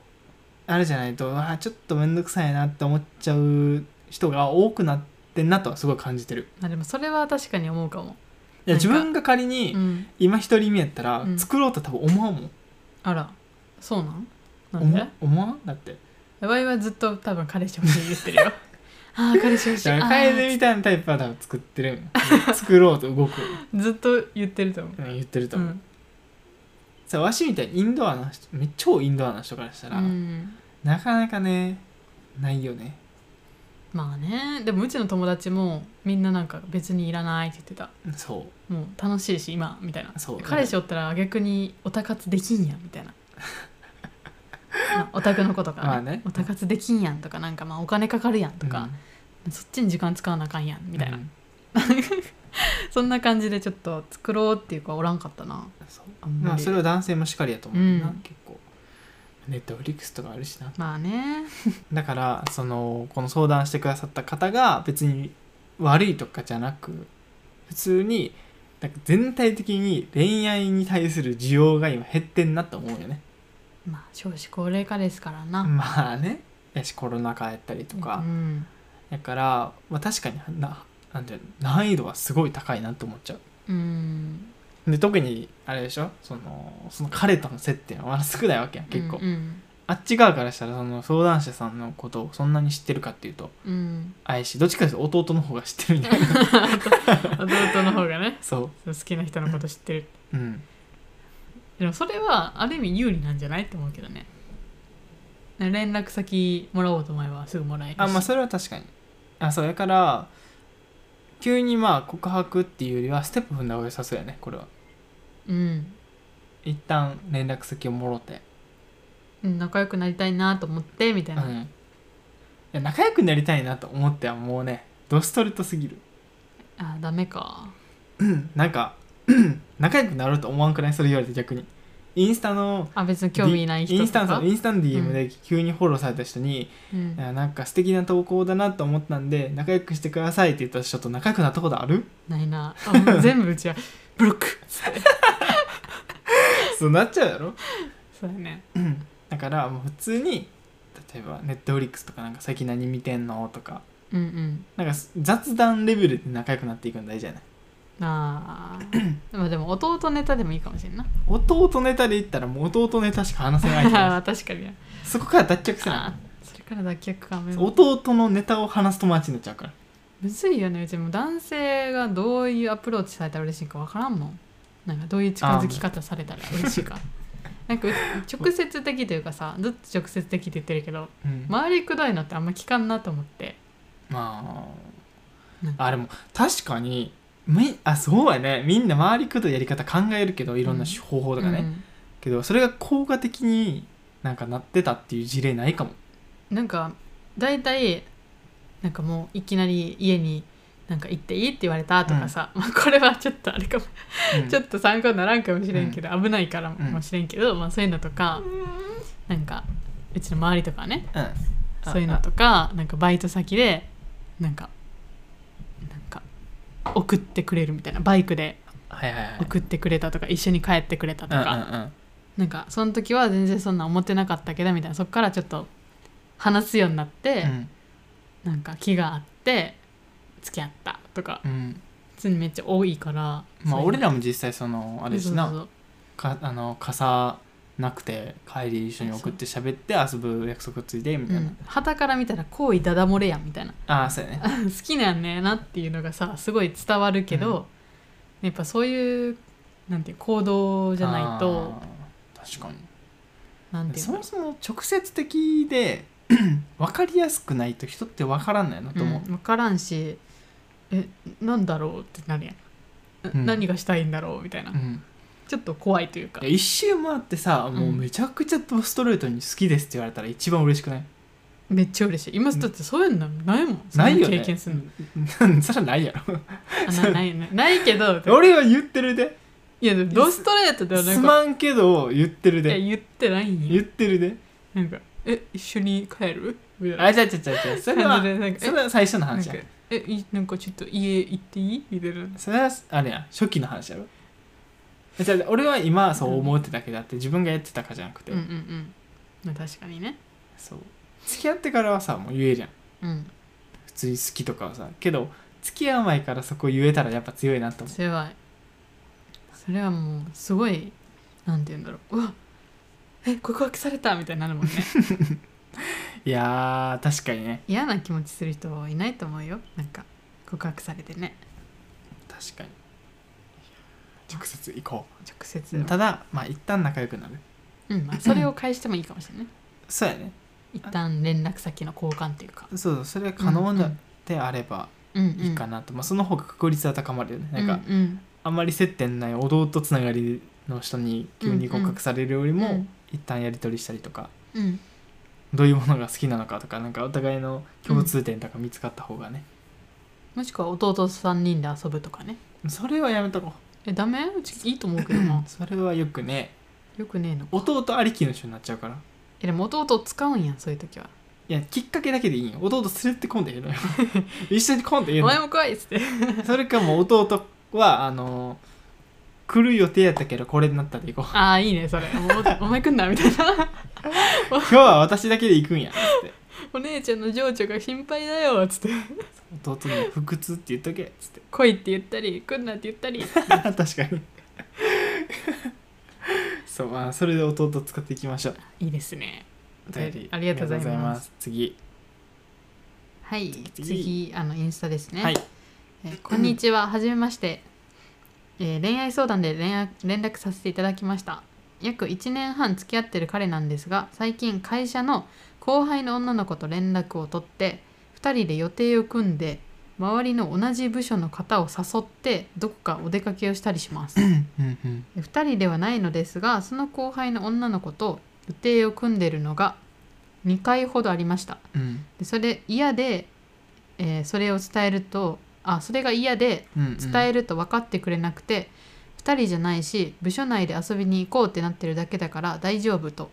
Speaker 1: あれじゃないとあーちょっと面倒くさいなって思っちゃう人が多くなってんなとはすごい感じてる
Speaker 2: あでもそれは確かに思うかも、
Speaker 1: いや
Speaker 2: なん
Speaker 1: 自
Speaker 2: か
Speaker 1: 分が仮に
Speaker 2: うん、
Speaker 1: 今一人目やったら
Speaker 2: うん
Speaker 1: 作ろうと多分思わんもん、
Speaker 2: あらそうなんなん
Speaker 1: 思
Speaker 2: で
Speaker 1: わ思わんだって
Speaker 2: ワイはずっと多分彼氏欲しい言ってる よああ彼氏欲しい
Speaker 1: だから
Speaker 2: あ
Speaker 1: 楓みたいなタイプは多分作ってるんよ作ろうと動く、
Speaker 2: ーずっと言ってると思
Speaker 1: う
Speaker 2: う
Speaker 1: ん言ってると
Speaker 2: う
Speaker 1: 思う、
Speaker 2: ん
Speaker 1: さわしみたいにインドアな人め超インドアな人からしたら、
Speaker 2: うん
Speaker 1: なかなかねないよね
Speaker 2: まあねでもうちの友達もみんななんか別にいらないって言ってた
Speaker 1: そう
Speaker 2: もう楽しいし今みたいな
Speaker 1: そう
Speaker 2: 彼氏おったら逆にオタ活できんやん みたいなまあオタクの子とか、ね
Speaker 1: まあね
Speaker 2: オタ活できんやんとかなんかまあお金かかるやんとか、そっちに時間使わなあかんやん
Speaker 1: うん
Speaker 2: みたいな、
Speaker 1: うん
Speaker 2: そんな感じでちょっと作ろうっていう子はおらんかったな
Speaker 1: そう
Speaker 2: あん
Speaker 1: ま
Speaker 2: ま
Speaker 1: あ
Speaker 2: り
Speaker 1: それは男性もしかりやと思うな、
Speaker 2: うん
Speaker 1: 結構ネットフリックスとかあるしな
Speaker 2: まあね
Speaker 1: だからそのこの相談してくださった方が別に悪いとかじゃなく普通になんか全体的に恋愛に対する需要が今減ってんなと思うよね
Speaker 2: まあ少子高齢化ですからな、
Speaker 1: まあねやしコロナ禍やったりとか、
Speaker 2: うん
Speaker 1: だから、まあ、確かにななんていうの難易度はすごい高いなと思っちゃ
Speaker 2: うん、
Speaker 1: うで特にあれでしょそのその彼との接点はまだ少ないわけやん結構、
Speaker 2: うんうん
Speaker 1: あっち側からしたらその相談者さんのことをそんなに知ってるかっていうと
Speaker 2: うん、
Speaker 1: あいしどっちかというと弟の方が知ってるみたいな
Speaker 2: 弟の方が ね
Speaker 1: そ
Speaker 2: 好きな人のこと知ってる
Speaker 1: う、うん、
Speaker 2: でもそれはある意味有利なんじゃないって思うけどね連絡先もらおうと思えばすぐもらえるし
Speaker 1: あまあそれは確かにあそうだから急にまあ告白っていうよりはステップ踏んだ方が良さそうやねこれは
Speaker 2: うん
Speaker 1: 一旦連絡先をもろて、
Speaker 2: うん仲良くなりたいなと思ってみた
Speaker 1: う
Speaker 2: い
Speaker 1: ん
Speaker 2: な、
Speaker 1: いや仲良くなりたいなと思ってはもうねドストレートすぎる
Speaker 2: あダメか
Speaker 1: なんか 仲良くなろうと思わんくないそれ言われて逆にインスタの
Speaker 2: あ別に興味ない人
Speaker 1: イ
Speaker 2: とか
Speaker 1: ンスタのインスタの DM で急にフォローされた人に、
Speaker 2: うん
Speaker 1: いやなんか素敵な投稿だなと思ったんで仲良くしてくださいって言った人と仲良くなったことあ る
Speaker 2: ない なあもう全部うちはブロック
Speaker 1: そうなっちゃうやろ
Speaker 2: そうだね
Speaker 1: だからもう普通に例えばネットフリックスとかなんか最近何見てんのとか
Speaker 2: うん
Speaker 1: なんか雑談レベルで仲良くなっていくの大事じゃない
Speaker 2: うんあ ーまあでも弟ネタでもいいかもしれんな
Speaker 1: 弟ネタで言ったらもう弟ネタしか話せないじゃ
Speaker 2: あー 確かにね
Speaker 1: んそこから脱却せ
Speaker 2: あ
Speaker 1: な
Speaker 2: ーそれから脱却か
Speaker 1: い
Speaker 2: め
Speaker 1: 弟のネタを話す友達になっちゃうから
Speaker 2: むずいよねうちも男性がどういうアプローチされたら嬉しいか分からんもんなんかどういう近づき方されたら嬉しいか なんかう直接的というかさずっと直接的って言ってるけど
Speaker 1: うんま
Speaker 2: 周りくどいのってあんま聞かんなと思ってなん
Speaker 1: ああれも確かにみあそうやねみんな周りくどいやり方考えるけどいろんな
Speaker 2: うん
Speaker 1: 方法とかね、けどそれが効果的になんかなってたっていう事例ないかも
Speaker 2: うんなんか大体なんかもういきなり家になんか行っていいって言われたとかさ、まあこれはちょっとあれかも、
Speaker 1: うん
Speaker 2: ちょっと参考にならんかもしれんけど、危ないから
Speaker 1: うん
Speaker 2: もしれんけど、まあ、そういうのとか、なんかうちの周りとかね
Speaker 1: うんあ
Speaker 2: そういうのとかなんかバイト先でなんかなんか送ってくれるみたいなバイクで
Speaker 1: あはいはいはい
Speaker 2: 送ってくれたとか一緒に帰ってくれたとか、
Speaker 1: うんうんうん
Speaker 2: なんかその時は全然そんな思ってなかったけどみたいなそこからちょっと話すようになって、
Speaker 1: うん
Speaker 2: なんか気があって付き合ったとか
Speaker 1: うん、
Speaker 2: 普通にめっちゃ多いから
Speaker 1: まあ
Speaker 2: そうい
Speaker 1: 俺
Speaker 2: う
Speaker 1: らも実際そのあれです
Speaker 2: そう
Speaker 1: な
Speaker 2: そう
Speaker 1: かあの傘なくて帰り一緒に送って喋って遊ぶ約束ついてみ
Speaker 2: そう
Speaker 1: た
Speaker 2: う
Speaker 1: いな、
Speaker 2: ん旗から見たら好意ダダ漏れやんみたいな
Speaker 1: ああそうやね
Speaker 2: 好きなんねなっていうのがさすごい伝わるけど、やっぱそういうなんていう行動じゃないと
Speaker 1: あー確か
Speaker 2: なん
Speaker 1: に
Speaker 2: ていう
Speaker 1: そ
Speaker 2: の
Speaker 1: もそも直接的で 分かりやすくないと人って分からんのやなと思う、
Speaker 2: 分からんしえなんだろうってなるやん、
Speaker 1: うん
Speaker 2: 何がしたいんだろうみたいな、
Speaker 1: うん
Speaker 2: ちょっと怖いというか
Speaker 1: いや一周回ってさもううんめちゃくちゃドストレートに好きですって言われたら一番嬉しくない、
Speaker 2: めっちゃ嬉しい今だってそういうのないもん、そん
Speaker 1: ないよね
Speaker 2: 経験するの
Speaker 1: うん そりゃないやろ
Speaker 2: あなないないないけど
Speaker 1: 俺は言ってるで
Speaker 2: いやでもドストレートではな
Speaker 1: す
Speaker 2: んか
Speaker 1: まんけど言ってる
Speaker 2: いや
Speaker 1: で
Speaker 2: 言ってないん
Speaker 1: 言
Speaker 2: よ
Speaker 1: ってるで
Speaker 2: なんかえ一緒に帰るみたいな
Speaker 1: あじゃあじゃあじゃあじゃあそ れ
Speaker 2: 感
Speaker 1: は
Speaker 2: じでなんか
Speaker 1: それは最初の
Speaker 2: えなん
Speaker 1: 話
Speaker 2: か
Speaker 1: や
Speaker 2: えいなんかちょっと家行っていいみたいな
Speaker 1: それはあれや初期の話やろじゃあ俺は今そう思うってだけだって自分がやってたかじゃなくて、
Speaker 2: うんうんうんまあ確かにね
Speaker 1: そう付き合ってからはさもう言えるやん
Speaker 2: うん
Speaker 1: 普通に好きとかはさけど付き合う前からそこ言えたらやっぱ強いなと思う
Speaker 2: 強いそれはもうすごいなんて言うんだろううわえ告白されたみたいになるもん ね
Speaker 1: いやー確かにね
Speaker 2: 嫌な気持ちする人はいないと思うよなんか告白されてね
Speaker 1: 確かに直接行こ
Speaker 2: 直接
Speaker 1: うただまあ一旦仲良くなる
Speaker 2: うんまあそれを返してもいいかもしれない
Speaker 1: そうやね
Speaker 2: 一旦連絡先の交換っていうか
Speaker 1: そうそうそれが可能
Speaker 2: う
Speaker 1: なんであれば
Speaker 2: うんうん
Speaker 1: いいかなと、まあ、その方が確率は高まるよねなんか、
Speaker 2: うんうん
Speaker 1: あんまり接点ないお堂とつながりの人に急に告白されるよりも、
Speaker 2: うんうん
Speaker 1: 一旦やり取りしたりとか
Speaker 2: うん
Speaker 1: どういうものが好きなのかとかなんかお互いの共通点とか見つかった方がね、
Speaker 2: もしくは弟3人で遊ぶとかね
Speaker 1: それはやめとこ
Speaker 2: えダメうちいいと思うけど
Speaker 1: う
Speaker 2: な
Speaker 1: それはよくね
Speaker 2: よくねえの
Speaker 1: 弟ありきの人になっちゃうから
Speaker 2: えでも弟を使うんやんそういう時はい
Speaker 1: やきっかけだけでいいよ弟連れてこんで言うのよ 一緒にこんで
Speaker 2: 「お
Speaker 1: 言うの
Speaker 2: 前
Speaker 1: よ
Speaker 2: も来い」っつって
Speaker 1: それかもう弟はあの来る予定やったけどこれになったで行こう
Speaker 2: ああいい ねそれもうおお前来んなみたいな
Speaker 1: 今日は私だけで行くんやっつって
Speaker 2: お姉ちゃんの情緒が心配だよっつって
Speaker 1: 弟に「腹痛」って言っとけっつって
Speaker 2: 来いって言ったり来んなって言ったり
Speaker 1: 確かに そうまあそれで弟使っていきましょう
Speaker 2: いいですね
Speaker 1: お便り
Speaker 2: ありがとうございます
Speaker 1: あり次
Speaker 2: はい
Speaker 1: 次
Speaker 2: 次あのインスタですね、
Speaker 1: はい
Speaker 2: えーこんにちははじめまして、えー恋愛相談で恋愛連絡させていただきました約1年半付き合ってる彼なんですが最近会社の後輩の女の子と連絡を取って2人で予定を組んで周りの同じ部署の方を誘ってどこかお出かけをしたり します
Speaker 1: うんうん
Speaker 2: 2人ではないのですがその後輩の女の子と予定を組んでるのが2回ほどありました
Speaker 1: うん
Speaker 2: でそれ嫌で、えーそれを伝えるとあそれが嫌で
Speaker 1: うんうん
Speaker 2: 伝えると分かってくれなくて、2人じゃないし部署内で遊びに行こうってなってるだけだから大丈夫と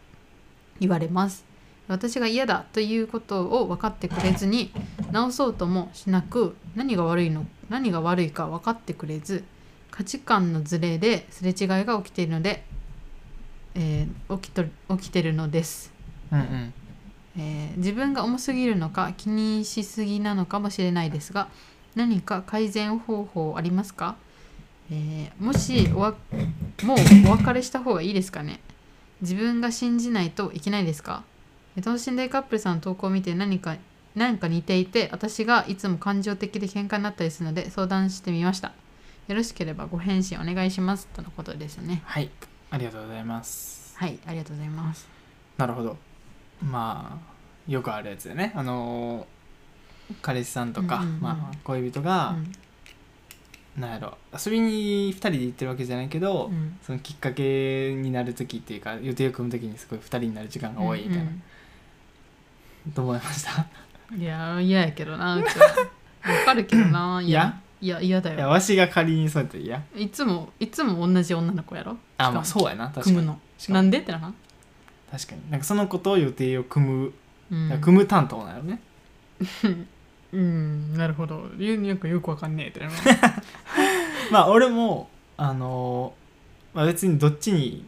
Speaker 2: 言われます私が嫌だということを分かってくれずに直そうともしなく何が悪いの何が悪いか分かってくれず価値観のズレですれ違いが起きているので、えー起きと起きてるのです
Speaker 1: うんうん
Speaker 2: えー自分が重すぎるのか気にしすぎなのかもしれないですが何か改善方法ありますか、えーもしおわもうお別れした方がいいですかね自分が信じないといけないですかえー等身大カップルさんの投稿を見て何か何か似ていて私がいつも感情的で喧嘩になったりするので相談してみましたよろしければご返信お願いしますとのことですね
Speaker 1: はいありがとうございます
Speaker 2: はいありがとうございます
Speaker 1: なるほどまあよくあるやつだよねあのー彼氏さんとか、
Speaker 2: うんうんうん
Speaker 1: まあ、恋人が、なんやろ遊びに2人で行ってるわけじゃないけど、
Speaker 2: うんうん
Speaker 1: そのきっかけになる時っていうか予定を組む時にすごい2人になる時間が多いみたいな、
Speaker 2: うんうん
Speaker 1: どう思いました
Speaker 2: いや嫌やけどなうちはわかるけどな
Speaker 1: 嫌
Speaker 2: いや嫌だ
Speaker 1: いや
Speaker 2: よ
Speaker 1: わしが仮にそうやっていや
Speaker 2: いつもいつも同じ女の子やろ
Speaker 1: あまあそうやな確か
Speaker 2: 組む
Speaker 1: に
Speaker 2: の
Speaker 1: しかも
Speaker 2: なんでってな、
Speaker 1: 確かになんかそのことを予定を組む、
Speaker 2: うん、
Speaker 1: 組む担当なのね
Speaker 2: うんなるほど理由によくよくわかんねえってな
Speaker 1: まあ俺もあのーまあ、別にどっちに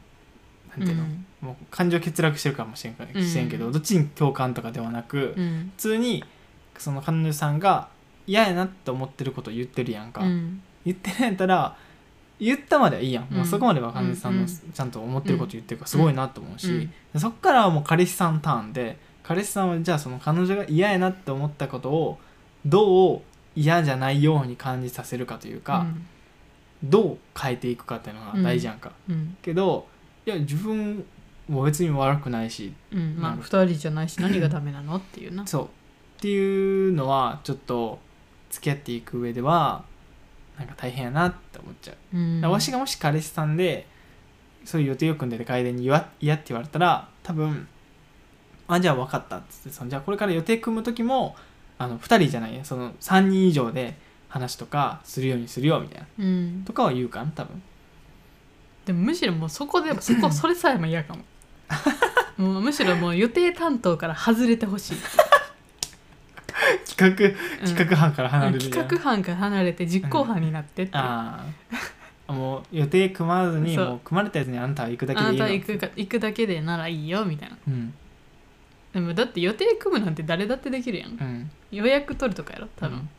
Speaker 1: なんていうの、
Speaker 2: うん
Speaker 1: もう感情欠落してるかもしれんか
Speaker 2: うん
Speaker 1: しれんけど、どっちに共感とかではなく、
Speaker 2: う
Speaker 1: 普
Speaker 2: ん
Speaker 1: 通にその彼女さんが嫌やなって思ってることを言ってるやんか、
Speaker 2: うん
Speaker 1: 言ってないやったら言ったまではいいやん、もううんそこまでは彼女さん
Speaker 2: うんう
Speaker 1: の
Speaker 2: ん
Speaker 1: ちゃんと思ってること言ってるからすごいなと思うし、
Speaker 2: うん
Speaker 1: でそっからはもう彼氏さんターンで彼氏さんはじゃあその彼女が嫌やなって思ったことをどう嫌じゃないように感じさせるかというか、どう変えていくかっていうのが大事やんか、
Speaker 2: うん
Speaker 1: けどいや自分は別に悪くないし
Speaker 2: うん、うん、まあ
Speaker 1: なる
Speaker 2: 二人じ ゃないし何がダメなのっていうな
Speaker 1: そうっていうのはちょっと付き合っていく上ではなんか大変やなって思っちゃう、
Speaker 2: うん
Speaker 1: だからわしがもし彼氏さんでそういう予定を組んでて楓に言わ嫌って言われたら多分あじゃあ分かったっつってそのじゃあこれから予定組む時もあの2人じゃないやその3人以上で話とかするようにするよみたいな
Speaker 2: うん
Speaker 1: とかは言うかな多分
Speaker 2: でもむしろもう そこでそこそれさえも嫌かももうむしろもう予定担当から外れてほしい、
Speaker 1: 企画
Speaker 2: うん
Speaker 1: 企画班から離れるじゃん
Speaker 2: 企画班から離れて実行班になってって、あ
Speaker 1: ああもう予定組まずに
Speaker 2: そう
Speaker 1: もう組まれたやつにあんたは行くだけでい
Speaker 2: ないた
Speaker 1: の
Speaker 2: は行くか行くだけでならいいよみたいな
Speaker 1: うん
Speaker 2: でもだって予定組むなんて誰だってできるやん
Speaker 1: うん
Speaker 2: 予約取るとかやろ多分、
Speaker 1: うん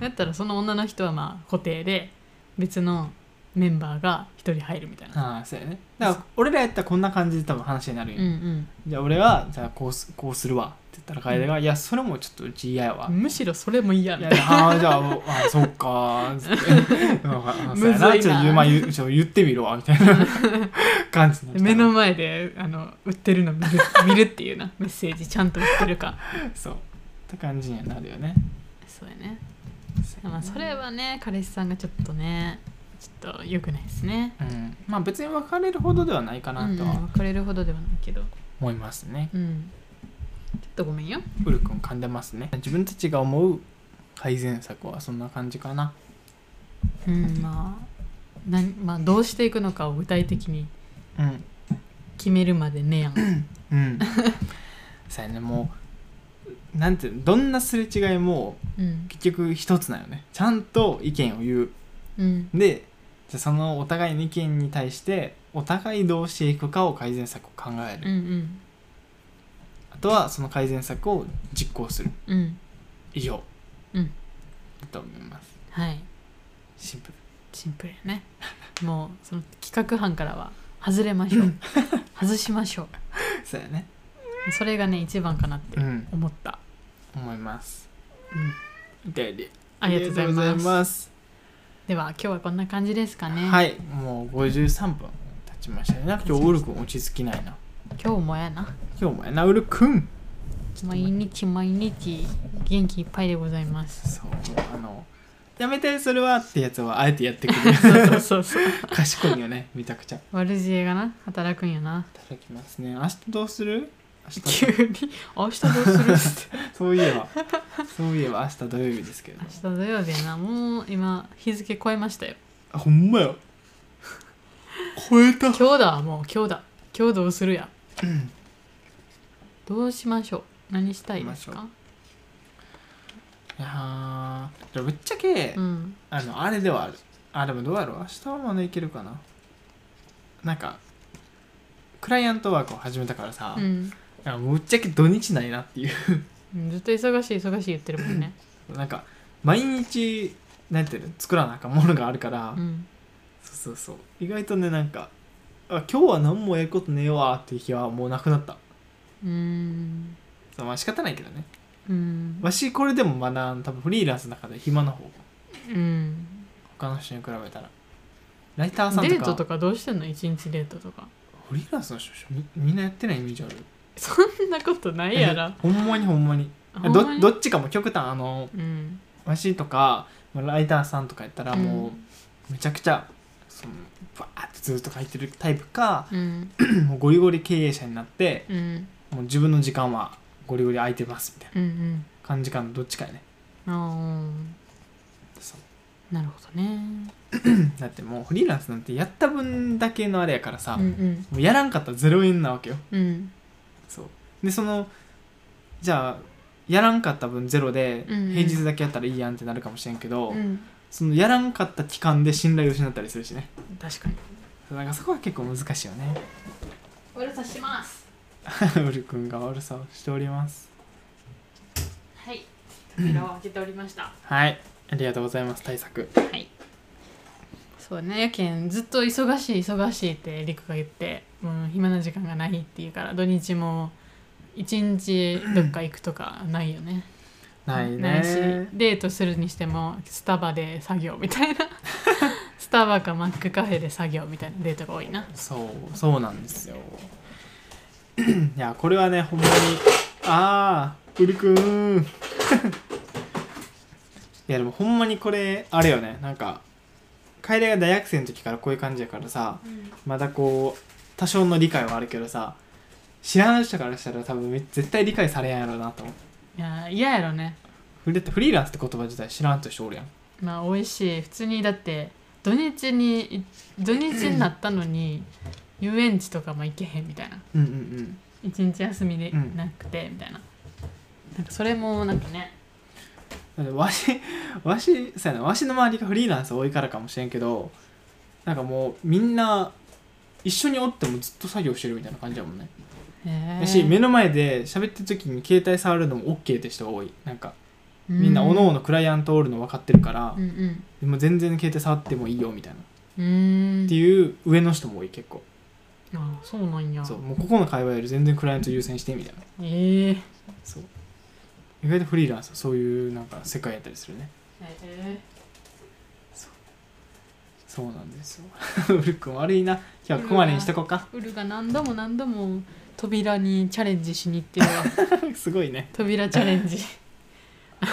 Speaker 2: だったらその女の人はまあ固定で別のメンバーが一人入るみたいな
Speaker 1: ああそうやねだから俺らやったらこんな感じで多分話になる
Speaker 2: うん
Speaker 1: よ、
Speaker 2: うん
Speaker 1: じゃあ俺はじゃあこうすこうするわって言ったら楓が、いやそれもちょっとうち嫌やわ、
Speaker 2: むしろそれも嫌
Speaker 1: い
Speaker 2: み
Speaker 1: や
Speaker 2: たい
Speaker 1: ああじゃあおあそっかーつってうんあそうやな
Speaker 2: む
Speaker 1: ち
Speaker 2: ずい
Speaker 1: ょ
Speaker 2: な
Speaker 1: っと言うまあ言うちょっと言ってみろみたいな感じにな
Speaker 2: な
Speaker 1: った
Speaker 2: 目の前であの売ってるの見る見るっていうなメッセージちゃんと売ってるか
Speaker 1: そうって感じにはなるよね
Speaker 2: そうやねまあそれはね彼氏さんがちょっとねちょっと良くないですね
Speaker 1: うんまあ別に別れるほどではないかな
Speaker 2: うん
Speaker 1: と
Speaker 2: うん
Speaker 1: は
Speaker 2: 別れるほどではないけど
Speaker 1: 思いますね
Speaker 2: うんちょっとごめんよ
Speaker 1: ウル君噛んでますね自分たちが思う改善策はそんな感じかな
Speaker 2: うんまあなんまあどうしていくのかを具体的に
Speaker 1: うん
Speaker 2: 決めるまでねやん
Speaker 1: うん そうやねもうなんていうのどんなすれ違いも
Speaker 2: うん
Speaker 1: 結局一つなよねちゃんと意見を言う
Speaker 2: うん
Speaker 1: でじゃあそのお互いの意見に対してお互いどうしていくかを改善策を考え
Speaker 2: う
Speaker 1: る、
Speaker 2: ん
Speaker 1: あとはその改善策を実行する
Speaker 2: うんうん
Speaker 1: 以上、
Speaker 2: うん
Speaker 1: だと思います
Speaker 2: はい
Speaker 1: シンプル
Speaker 2: シンプルやねもうその企画班からは外れましょ う外しましょ
Speaker 1: そうやね
Speaker 2: うそれがね一番かなって
Speaker 1: うん
Speaker 2: 思った、
Speaker 1: 思います、
Speaker 2: う
Speaker 1: お便り
Speaker 2: ありがとうござ
Speaker 1: ありが
Speaker 2: います
Speaker 1: とうございます
Speaker 2: では今日はこんな感じですかね、
Speaker 1: はいもう53分経ちましたねなんか今日ウル君落ち着きないな
Speaker 2: 今日もやな
Speaker 1: 今日もやなウル君
Speaker 2: 毎日毎日元気いっぱいでございます
Speaker 1: そうもうあのやめてそれはってやつはあえてやってくる
Speaker 2: そうそうそう
Speaker 1: 賢いよねめちゃくちゃい
Speaker 2: 悪知恵がな働くんやな
Speaker 1: ただきますね明日どうする明日
Speaker 2: 急に明日どうする
Speaker 1: そういえばそういえば明日土曜日ですけど
Speaker 2: 明日土曜日やなもう今日付超えましたよ
Speaker 1: あほんまよ超えた
Speaker 2: 今日だもう今日だ今日どうするやどうしましょう何したいです
Speaker 1: どう
Speaker 2: か
Speaker 1: いやーでもぶっちゃけ、
Speaker 2: うん
Speaker 1: あのあれではあるあでもどうやろう明日はまだいけるかななんかクライアントワークを始めたからさ、
Speaker 2: うん
Speaker 1: なんかぶっちゃけ土日ないなっていう
Speaker 2: うんずっと忙しい忙しい言ってるもんね
Speaker 1: なんか毎日なんていうの作らなあかんものがあるから、
Speaker 2: うん
Speaker 1: そうそうそう意外とねなんかあ今日は何もやることねえわっていう日はもうなくなった
Speaker 2: うーん
Speaker 1: そうまあ仕方ないけどね
Speaker 2: うん
Speaker 1: わしこれでもまだ多分フリーランスの中で暇な方
Speaker 2: うん
Speaker 1: 他の人に比べたらライターさんとか
Speaker 2: デートとかどうしてんの一日デートとか
Speaker 1: フリーランスの人みみんなやってないイメージある
Speaker 2: そんなことないやろ
Speaker 1: ほんまにほんまに
Speaker 2: ほんま
Speaker 1: ど
Speaker 2: に
Speaker 1: どっちかも極端あの
Speaker 2: うん
Speaker 1: わしとかまあライターさんとかやったらも
Speaker 2: うん
Speaker 1: うめちゃくちゃそのバーってずっと書いてるタイプか
Speaker 2: うん
Speaker 1: もうゴリゴリ経営者になって
Speaker 2: うん
Speaker 1: もう自分の時間はゴリゴリ空いてますみたいな
Speaker 2: うん
Speaker 1: 感じかのどっちかやね
Speaker 2: うんあ
Speaker 1: そう
Speaker 2: ーなるほどね
Speaker 1: だってもうフリーランスなんてやった分だけのあれやからさ、
Speaker 2: うん
Speaker 1: もうやらんかったら0円なわけよ
Speaker 2: うんうん
Speaker 1: そうでそのじゃあやらんかった分ゼロで
Speaker 2: うんうん
Speaker 1: 平日だけやったらいいやんってなるかもしれんけど、
Speaker 2: うん
Speaker 1: そのやらんかった期間で信頼を失ったりするしね
Speaker 2: 確かに
Speaker 1: そうなんかそこは結構難しいよね
Speaker 2: 悪さします
Speaker 1: ウル君が悪さをしております
Speaker 2: はい扉を開けておりました
Speaker 1: はいありがとうございます対策
Speaker 2: はいそうねやけんずっと忙しい忙しいってりくが言ってもう暇な時間がないっていうから土日も一日どっか行くとかないよね
Speaker 1: ない
Speaker 2: し
Speaker 1: ね
Speaker 2: デートするにしてもスタバで作業みたい なスタバかマックカフェで作業みたいなデートが多いな
Speaker 1: そうそうなんですよ いやこれはねほんまにああウル君 いやでもほんまにこれあれよねなんか楓が大学生の時からこういう感じやからさまだこう多少の理解はあるけどさ知らない人からしたら多分め絶対理解されやんやろうなと思う
Speaker 2: いや嫌やろね
Speaker 1: フリだってフリーランスって言葉自体知らんとしておるやん
Speaker 2: まあ美味しい普通にだって土日に土日になったのに遊園地とかも行けへんみたいな
Speaker 1: うんうんうん
Speaker 2: 一日休みで
Speaker 1: うん
Speaker 2: なくてみたいな,、なんかそれもなんかね
Speaker 1: だって わしわしそうやなわしの周りがフリーランス多いからかもしれんけどなんかもうみんな一緒におってもずっと作業してるみたいな感じだもんね、
Speaker 2: へ
Speaker 1: だし目の前で喋ってる時に携帯触るのも OK って人が多いなんかみんなおのお
Speaker 2: の
Speaker 1: のクライアントおるの分かってるから
Speaker 2: う、ん
Speaker 1: でも全然携帯触ってもいいよみたいな
Speaker 2: うーん
Speaker 1: っていう上の人も多い結構
Speaker 2: あそうなんや
Speaker 1: そうもうここの会話より全然クライアント優先してみたいな
Speaker 2: ええー
Speaker 1: そう意外とフリーランスはそういうなんか世界やったりするね
Speaker 2: え
Speaker 1: そうなんですよ ウル君悪いな今日はここまでにしとこうか
Speaker 2: ーウルが何度も何度も扉にチャレンジしに行ってる わ
Speaker 1: すごいね
Speaker 2: 扉チャレンジ
Speaker 1: は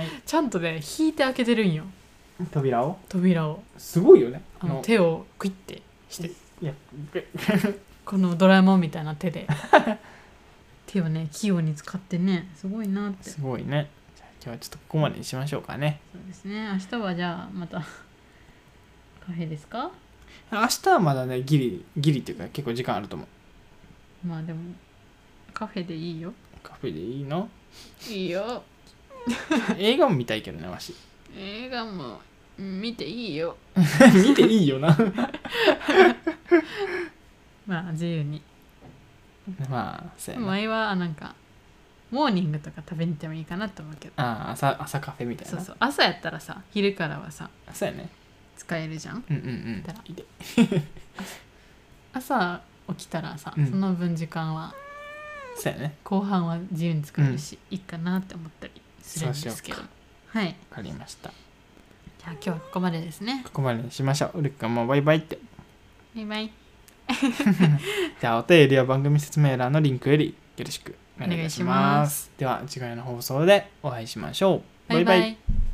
Speaker 1: い
Speaker 2: ちゃんとね引いて開けてるんよ
Speaker 1: 扉を
Speaker 2: 扉を
Speaker 1: すごいよね
Speaker 2: あの手をクイッてして
Speaker 1: いや
Speaker 2: このドラえもんみたいな手 で手をね器用に使ってねすごいなって
Speaker 1: すごいねじゃあ今日はちょっとここまでにしましょうかね
Speaker 2: そうですね明日はじゃあまたカフェですか
Speaker 1: 明日はまだねギリギリっていうか結構時間あると思う
Speaker 2: まあでもカフェでいいよ
Speaker 1: カフェでいいの
Speaker 2: いいよ
Speaker 1: 映画も見たいけどねわ し
Speaker 2: 映画も見ていいよ
Speaker 1: 見ていいよ な
Speaker 2: まあ自由に
Speaker 1: まあそうやな
Speaker 2: 前はなんかモーニングとか食べに行ってもいいかなと思うけど
Speaker 1: ああ朝朝カフェみたいな
Speaker 2: そうそう朝やったらさ昼からはさ
Speaker 1: そうやね
Speaker 2: 使えるじゃん
Speaker 1: うんうんうん
Speaker 2: たら
Speaker 1: いいで
Speaker 2: 朝起きたらさ、
Speaker 1: うん
Speaker 2: その分時間は
Speaker 1: そうやね
Speaker 2: 後半は自由に使えるし、いいかなって思ったりするんですけど
Speaker 1: そうしよ
Speaker 2: はい
Speaker 1: わかりました
Speaker 2: じゃあ今日はここまでですね
Speaker 1: ここまでにしましょうウル君もバイバイって
Speaker 2: バイバイ
Speaker 1: じゃあお便りは番組説明欄のリンクよりよろしくお願いいたし
Speaker 2: お願いしま
Speaker 1: ますでは次回の放送でお会いしましょう
Speaker 2: バイバイ